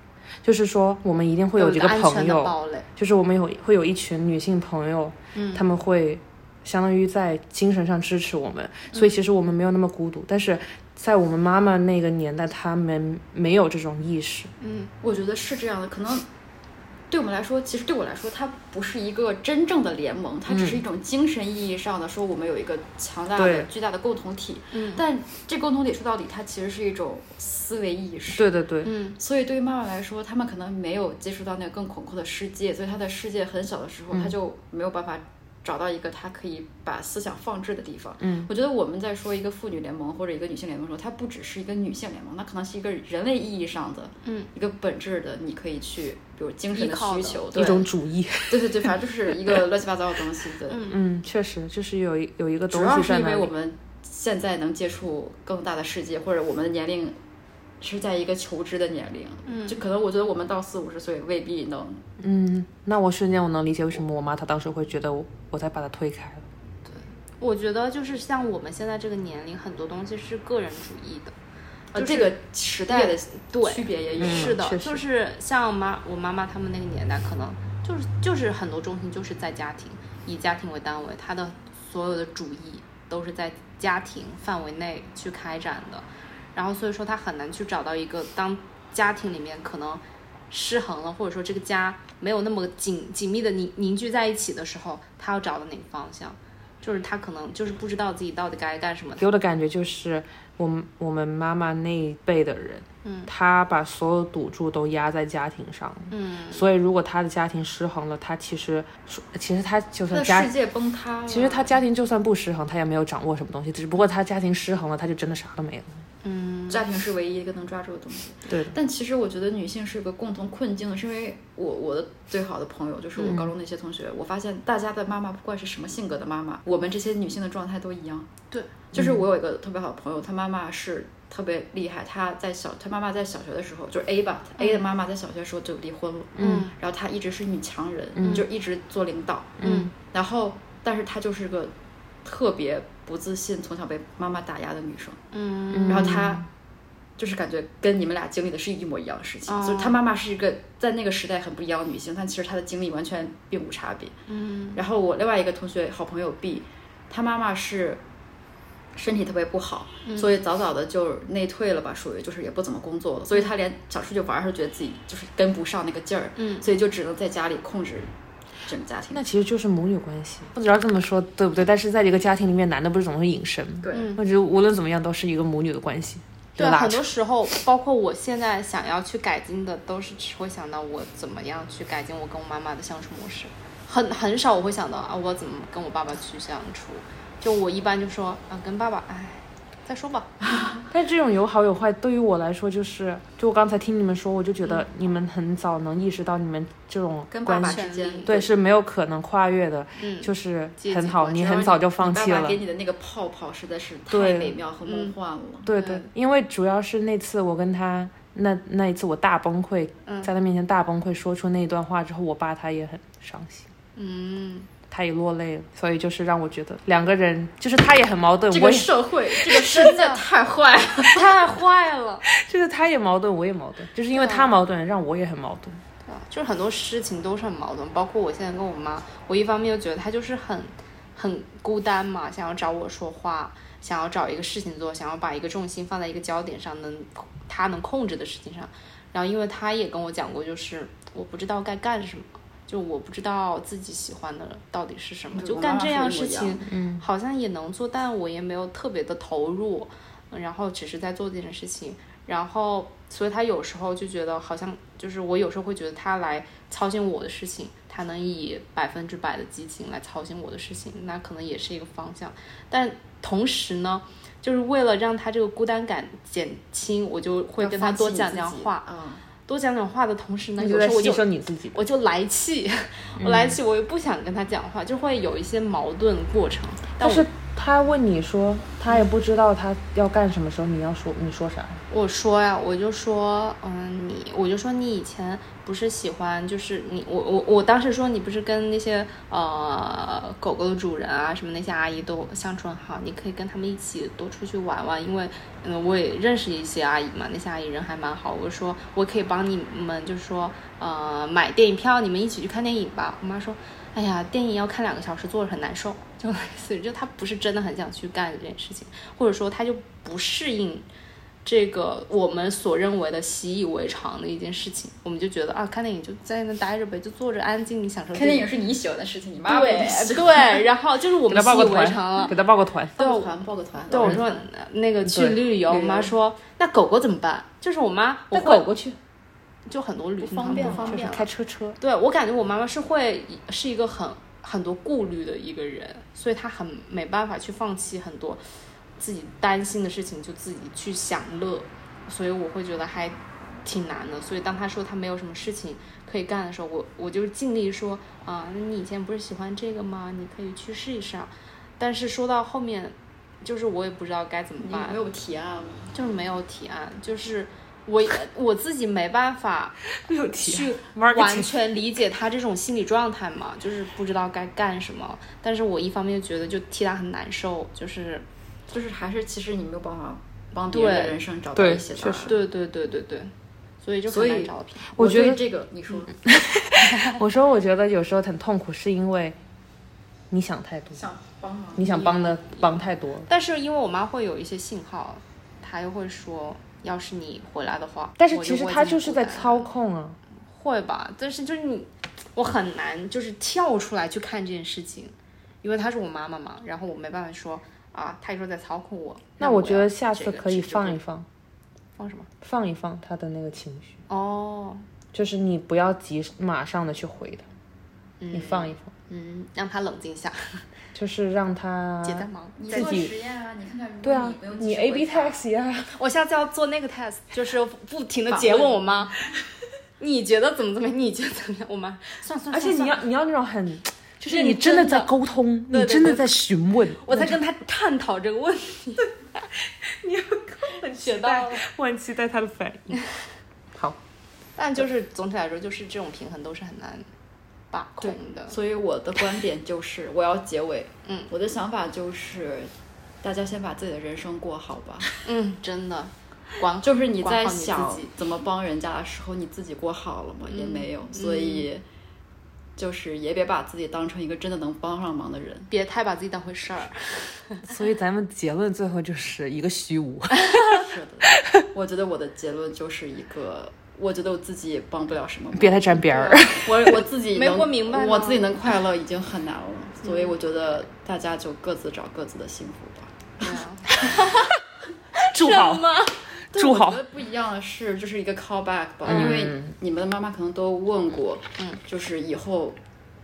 就是说，我们一定会有几个安全朋友的，堡垒。就是我们有会有一群女性朋友，嗯，他们会相当于在精神上支持我们，所嗯以其实我们没有那么孤独。但是在我们妈妈那个年代，他们没有这种意识。我觉得是这样的，可能对我们来说，其实对我来说，它不是一个真正的联盟，它只是一种精神意义上的说我们有一个强大的对、巨大的共同体。嗯，但这共同体说到底，它其实是一种思维意识。对对对，嗯所以对于妈妈来说，他们可能没有接触到那个更广阔的世界，所以她的世界很小的时候，她就没有办法找到一个她可以把思想放置的地方。嗯，我觉得我们在说一个妇女联盟或者一个女性联盟的时候，它不只是一个女性联盟，那可能是一个人类意义上的，嗯，一个本质的，你可以去，比如精神依靠需的求，一对，种主义。对对对，反正就是一个乱七八糟的东西。对，嗯，确实就是有一有一个东主要西是在因那为我里。们现在能接触更大的世界，或者我们的年龄是在一个求知的年龄，嗯，就可能我觉得我们到四五十岁未必能，嗯，那我瞬间我能理解为什么我妈她当时会觉得我我在把她推开了。我觉得就是像我们现在这个年龄，很多东西是个人主义的。呃，就是这个时代的对区别也有，是的，嗯确实就是像妈我妈妈他们那个年代，可能就是就是很多重心就是在家庭，以家庭为单位，她的所有的主义都是在家庭范围内去开展的，然后所以说她很难去找到一个当家庭里面可能失衡了，或者说这个家没有那么紧紧密的凝凝聚在一起的时候，她要找的哪个方向，就是她可能就是不知道自己到底该干什么。给我的感觉就是，我们我们妈妈那一辈的人，嗯，她把所有赌注都压在家庭上，嗯，所以如果她的家庭失衡了，她其实其实她就那算家世，界崩塌了。其实她家庭就算不失衡，她也没有掌握什么东西，只不过她家庭失衡了，她就真的啥都没了。家庭是唯一一个能抓住的东西。对的，但其实我觉得女性是有个共同困境的，是因为我我的最好的朋友就是我高中那些同学，我发现大家的妈妈不管是什么性格的妈妈，我们这些女性的状态都一样。对，就是我有一个特别好的朋友，她妈妈是特别厉害，她在小她妈妈在小学的时候就是 A 吧、a 的妈妈在小学的时候就离婚了，嗯，然后她一直是女强人，就一直做领导，嗯，然后但是她就是个特别不自信，从小被妈妈打压的女生，嗯，然后她。就是感觉跟你们俩经历的是一模一样的事情，就是她妈妈是一个在那个时代很不一样的女性，但其实她的经历完全并无差别。嗯，然后我另外一个同学好朋友 B，她妈妈是身体特别不好，所以早早的就内退了吧，属于就是也不怎么工作了，所以她连想出去玩儿都觉得自己就是跟不上那个劲儿，嗯，所以就只能在家里控制整个家庭。那其实就是母女关系，不知道这么说对不对，但是在一个家庭里面，男的不是总是隐身吗？对我觉得无论怎么样都是一个母女的关系，就对，拉很扯多时候，包括我现在想要去改进的，都是只会想到我怎么样去改进我跟我妈妈的相处模式，很很少我会想到啊，我怎么跟我爸爸去相处。就我一般就说啊，跟爸爸，哎，再说吧。但这种有好有坏，对于我来说就是，就我刚才听你们说，我就觉得你们很早能意识到你们这种嗯跟爸关爸系，之间关系，对，是没有可能跨越的，嗯就是借很鉴好，过你只要很早就放弃爸爸了给。你的那个泡泡实在是太对美妙和梦幻了。对对，嗯因为主要是那次我跟他那那一次我大崩溃，嗯在他面前大崩溃，说出那一段话之后，我爸他也很伤心，嗯，他也落泪了，所以就是让我觉得两个人就是他也很矛盾，这我个也社会，这个世界太坏了。 <laughs> 太坏了。就是他也矛盾，我也矛盾，就是啊因为他矛盾让我也很矛盾。对啊，就是很多事情都是很矛盾，包括我现在跟我妈，我一方面又觉得她就是很很孤单嘛，想要找我说话，想要找一个事情做，想要把一个重心放在一个焦点上，能她能控制的事情上。然后因为她也跟我讲过，就是我不知道该干什么，就我不知道自己喜欢的到底是什么，对就我干妈妈这说样的一模事一样情，嗯，好像也能做，但我也没有特别的投入，嗯然后只是在做这件事情，然后所以他有时候就觉得好像就是我有时候会觉得他来操心我的事情，他能以百分之百的激情来操心我的事情，那可能也是一个方向，但同时呢。就是为了让他这个孤单感减轻，我就会跟他多讲讲话，嗯，多讲讲话的同时呢，你就有时在候我就牺牲嗯你自己吧。我就来气， <laughs> 我来气，我又不想跟他讲话，就会有一些矛盾过程。但但我是他问你说，他也不知道他要干什么时候，你要说你说啥？我说呀，我就说，嗯，你，我就说你以前不是喜欢，就是你，我我我当时说你不是跟那些呃狗狗的主人啊，什么那些阿姨都相处很好，你可以跟他们一起多出去玩玩，因为嗯我也认识一些阿姨嘛，那些阿姨人还蛮好，我说我可以帮你们，就是说呃买电影票，你们一起去看电影吧。我妈说，哎呀，电影要看两个小时，坐着很难受， <laughs> 就类似于就她不是真的很想去干这件事情，或者说她就不适应。这个我们所认为的习以为常的一件事情，我们就觉得啊，看电影就在那待着呗，就坐着安静，你享受。看电影是你喜欢的事情，你妈为 <laughs> 你对喜欢。对，然后就是我给们他习报以个为常团，了给。他报个团。对报个团，报个团。对，我说那个去对旅游，我旅妈游说那狗狗怎么办？就是我妈，我带会狗过去，就很多旅行不方便团不方方便便。开车车。对我感觉我妈妈是会是一个很很多顾虑的一个人，所以她很没办法去放弃很多自己担心的事情，就自己去享乐。所以我会觉得还挺难的。所以当她说她没有什么事情可以干的时候，我我就尽力说啊、那你以前不是喜欢这个吗？你可以去试一试啊。但是说到后面，就是我也不知道该怎么你办没，有提案吗？就是没有提案，就是我我自己没办法去 Marketing 完全理解他这种心理状态嘛，就是不知道该干什么。但是我一方面觉得就替他很难受，就是就是还是其实你没有办法帮别人的对人生找到对一些答确案。实对对对对对，所以就所很以难找平衡。我觉对得这个你说我说，我觉得有时候很痛苦，是因为你想太多，想帮忙，你想帮的帮太多了。但是因为我妈会有一些信号，她又会说，要是你回来的话，但是我其实不会他这么就是孤在单操控啊，会吧，但是就是你，我很难就是跳出来去看这件事情，因为她是我妈妈嘛，然后我没办法说啊，她一说在操控我。那我我觉要得下这次个可以这个放一放，放什么？放一放他的那个情绪，哦，就是你不要急，马上的去回他，你放一放，嗯，让她冷静一下，就是让他姐在忙。你自做己实验啊，你看看如果对啊你不用，你及时 A B 回啊答 test 呀，我下次要做那个 test，就是不停的访诘问问我妈， <laughs> 你觉得怎么怎么样？你觉得怎么样？我妈算算，而且算算你要你要那种很，就是认你真的真的在沟通，对对你真的对在询问，我在跟她探讨这个问题。 <laughs> 你要学到了。 <laughs> 我很期待他的反应。好，但就是总体来说，就是这种平衡都是很难把控的。所以我的观点就是，我要结尾。嗯，我的想法就是，大家先把自己的人生过好吧。嗯，真的，管就是你嗯在管好你想自己怎么帮人家的时候，你自己过好了吗？也没有，所以就是也别把自己当成一个真的能帮上忙的 <laughs> 人。别太把自己当回事儿。所以咱们结论最后就是一个虚无。是的，我觉得我的结论就是一个，我觉得我自己也帮不了什么忙。别太沾边儿。我我自 <laughs> 己没能过明白吗我自己能快乐已经很难 <laughs> 了，所以我觉得大家就各自找各自的幸福吧。对啊，祝好，对祝好我嗯觉得不一样的是，就是一个 callback 吧，因为你们的妈妈可能都问过，嗯，就是以后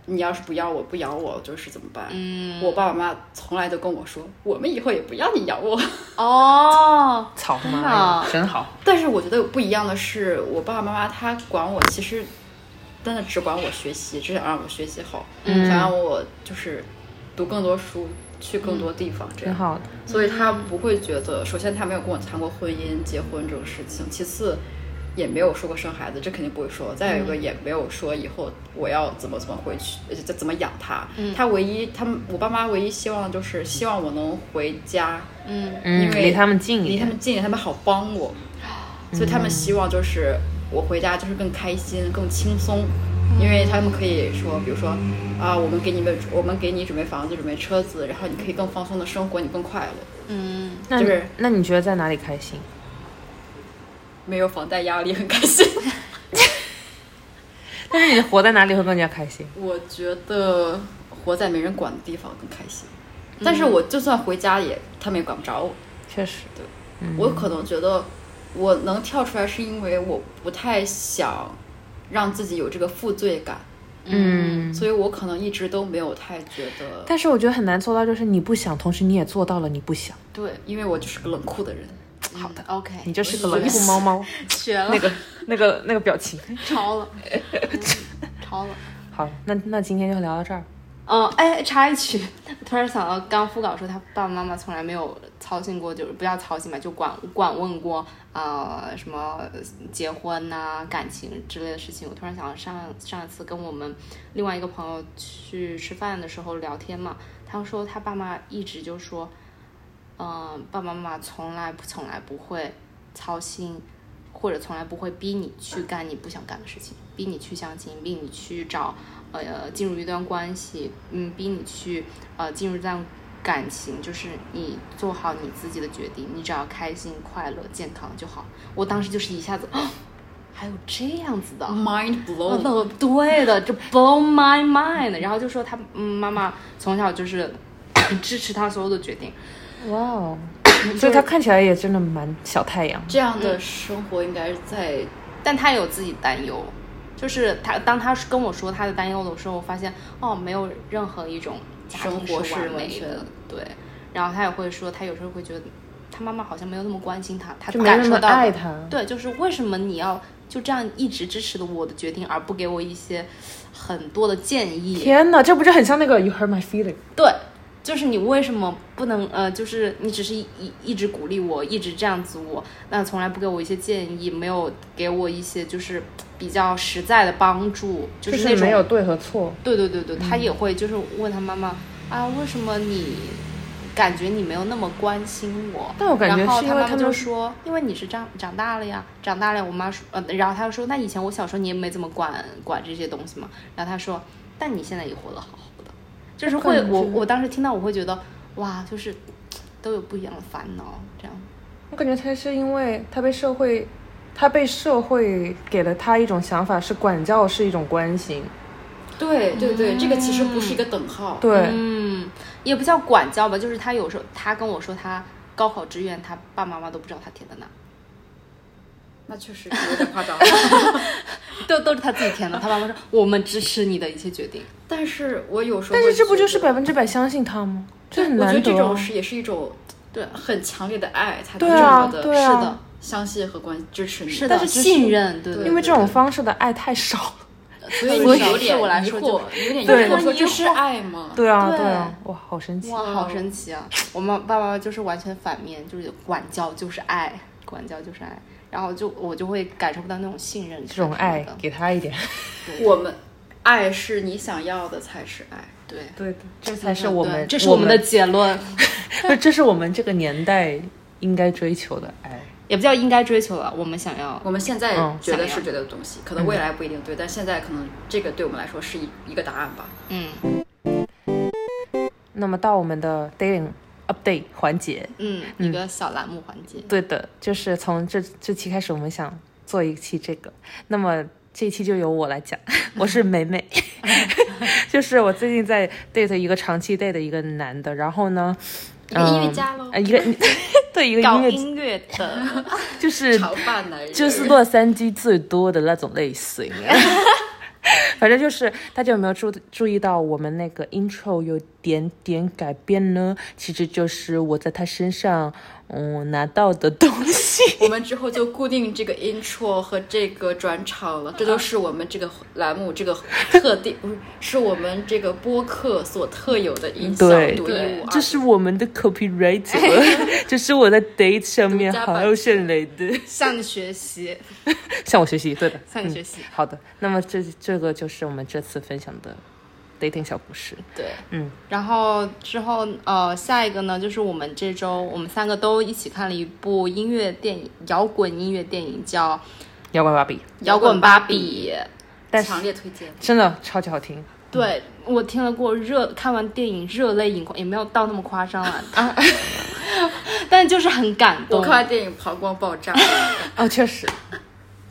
你要是不要我，不养我，就是怎么办？嗯，我爸爸妈妈从来都跟我说，我们以后也不要你养我。 <laughs> 哦，草他真的啊妈，真好。但是我觉得不一样的是，我爸爸妈妈他管我，其实真的只管我学习，只想让我学习好，想让我就是读更多书，去更多地方，这挺样。好的，所以他不会觉得，首先他没有跟我谈过婚姻、结婚这种事情，其次也没有说过生孩子，这肯定不会说。再嗯有一个也没有说以后我要怎么怎么回去，呃怎怎么养他。嗯他唯一，他们我爸妈唯一希望的就是希望我能回家，嗯，嗯因，为离他们近一离他点，嗯们近一点，他们好帮我。所以他们希望就是我回家就是更开心、更轻松，因为他们可以说，比如说啊，我们给你们，我们给你准备房子、准备车子，然后你可以更放松的生活，你更快乐。嗯，那就是那你觉得在哪里开心？ <laughs> 没有房贷压力，很开心。但是你活在哪里会更加开心？我觉得活在没人管的地方更开心，嗯但是我就算回家也，他们也管不着我。确实，嗯我可能觉得我能跳出来，是因为我不太想让自己有这个负罪感，嗯。所以我可能一直都没有太觉得但是我觉得很难做到，就是你不想，同时你也做到了，你不想，对，因为我就是个冷酷的人。好的，OK，你就是个冷酷猫猫。学了，那个、 <laughs> 那个、那个表情。超 <laughs> 了，嗯超了。好，那那今天就聊到这儿。嗯，哎，插一句， <laughs> 突然想到，刚副稿说他爸爸妈妈从来没有操心过，就是不要操心吧，就管管问过啊、呃什么结婚呐、感情之类的事情。我突然想到上上一次跟我们另外一个朋友去吃饭的时候聊天嘛，他说他爸妈一直就说，嗯、爸爸妈妈从来不从来不会操心，或者从来不会逼你去干你不想干的事情，逼你去相亲，逼你去找呃进入一段关系，嗯，逼你去呃进入一段感情，就是你做好你自己的决定，你只要开心、快乐、健康就好。我当时就是一下子，啊、还有这样子的。 Mind 哦 blown，那对的，就 blow my mind。然后就说他嗯妈妈从小就是支持他所有的决定，<coughs> 哇哦，所以他看起来也真的蛮小太阳。这样的生活应该在但他也有自己的担忧，就是他当他跟我说他的担忧的时候，我发现哦，没有任何一种家庭生活是完完美全的的，对。然后他也会说，他有时候会觉得他妈妈好像没有那么关心他，他就没感那受么到爱的他对，就是为什么你要就这样一直支持的我的决定，而不给我一些很多的建议？天哪，这不就很像那个 “You hurt my feeling”？对，就是你为什么不能呃，就是你只是一一直鼓励我，一直这样子我，那从来不给我一些建议，没有给我一些就是比较实在的帮助，就就是那是种没有嗯对和错。对对对对，他也会就是问他妈妈啊，为什么你感觉你没有那么关心我？但我感觉然后是因为他妈他们就说，因为你是长长大了呀，长大了。我妈说，呃，然后他又说，那以前我小时候你也没怎么管管这些东西嘛。然后他说，但你现在也活得好好的，就是会感觉我我当时听到我会觉得哇，就是都有不一样的烦恼这样。我感觉他是因为他被社会，他被社会给了他一种想法，是管教是一种关心。对对对，这个其实不是一个等号。嗯对，嗯，也不叫管教吧，就是他有时候他跟我说他高考志愿，他爸妈妈都不知道他填的哪。那确实有点夸张。都都是他自己填的。他爸妈说我们支持你的一切决定。但是我有时候，但是这不就是百？分之百相信他吗？这很我觉得难得这啊。种是也是一种对啊很强烈的爱才能对这啊么，的对啊，是的相信和关支持你。是但的，是只是信任，对对因为这种方式的爱太少了。所以所以你有点对我来疑说惑就有点疑对惑，说这是爱吗？对啊，对对啊，哇，好神奇！哇，好神奇啊！我们爸爸妈妈就是完全反面，就是管教就是爱，管教就是爱。然后就我就会感受不到那种信任，这种爱给他一点，我们爱是你想要的才是爱。对，对的，这才是我对们，这是我们的结论， <laughs> 的，这是我们这个年代应该追求的哎爱。也不叫应该追求了，我们想要我们现在嗯觉得想要是对的东西，可能未来不一定对，但现在可能这个对我们来说是一一个答案吧。嗯那么到我们的 dating update 环节，嗯一个小栏目环节，对的，就是从这这期开始，我们想做一期这个。那么这一期就由我来讲， <laughs> 我是美 <laughs> 美，就是我最近在 date 一个长期 date 的一个男的，然后呢，一个音乐家喽呃，一个 <laughs> 对一个搞音乐家，音乐的，就是炒饭男人就是洛杉矶最多的那种类型。啊 <laughs> 反正就是大家有没有注注意到我们那个 intro 有点点改变呢？其实就是我在他身上嗯拿到的东西。 <laughs> 我们之后就固定这个 intro 和这个转场了，这都是我们这个栏目这个特定，不是是我们这个播客所特有的音效，对独一无二。这是我们的 copyright，这是我在 date 上面独家版权好迅雷 <laughs> 的，向你学习，向我学习，对的，向你学习嗯。好的，那么这这个就是我们这次分享的 dating 小故事。对，嗯，然后之后呃，下一个呢，就是我们这周我们三个都一起看了一部音乐电影，摇滚音乐电影叫《摇滚芭比，摇滚芭比》。但是强烈推荐。真的超级好听，对我听了过热，看完电影热泪盈眶，也没有到那么夸张啊，啊 <laughs> 但就是很感我动。看完电 <laughs> 影膀胱爆炸，哦，确实， <laughs>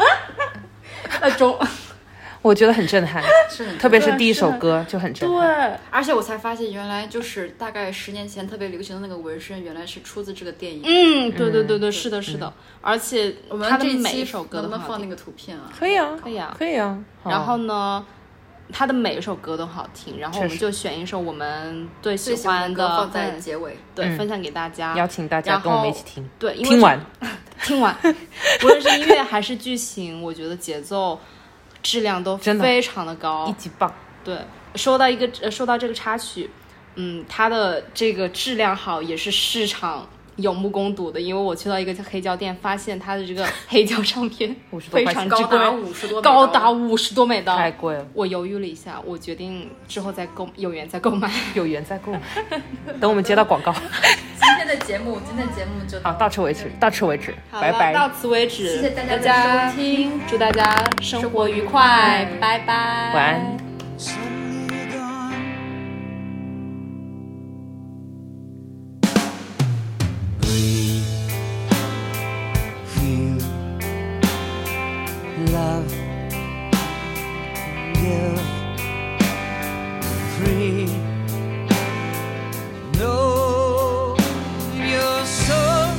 呃中，我觉得很震撼， <laughs> 是很特别啊是对第一首是歌就很震撼。对，而且我才发现，原来就是大概十年前特别流行的那个纹身，原来是出自这个电影。嗯，对对对对，是的，是的，而且我们他的这每期一首歌都很能不能好放那听，个图片啊？可以啊，可以啊可以啊。好然后呢，他的每一首歌都很好听，然后我们就选一首我们最最喜欢欢的歌的放在嗯结尾。对分享给大家，邀请大家然跟我们一后起听，对，因为听这完听完，无论是音乐还是剧情，我觉得节奏质量都真的非常的高。一级棒。对，说到一个呃说到这个插曲，嗯，它的这个质量好也是市场有目共睹的，因为我去到一个黑胶店，发现它的这个黑胶唱 <laughs> 片50多非块常钱之高达贵， 50多美高刀达五十多美刀，太贵了，我犹豫了一下，我决定之后再购，有缘再购买。有缘再购 <laughs> 买。等我们接到广告，今天的节目，今天的节目就好，到此为止，到此为止，好拜了拜。到此为止，谢谢大家的收听，祝大家生活愉快，拜拜，晚安。 Suddenly gone. Breathe, feel, love, give, free. Know your soul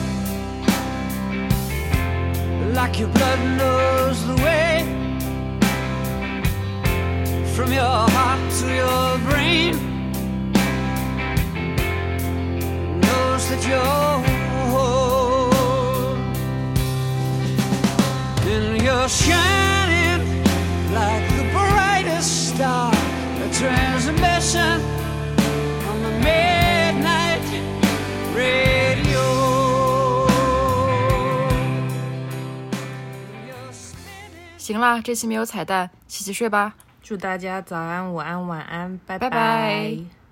like your blood knows the way from your heart to your brain knows that you're whole. And you're shining like the brightest star, a transmission on the midnight radio. You're spinning 行啦，这期没有彩蛋，洗洗睡吧。祝大家早安、午安、晚安，拜拜拜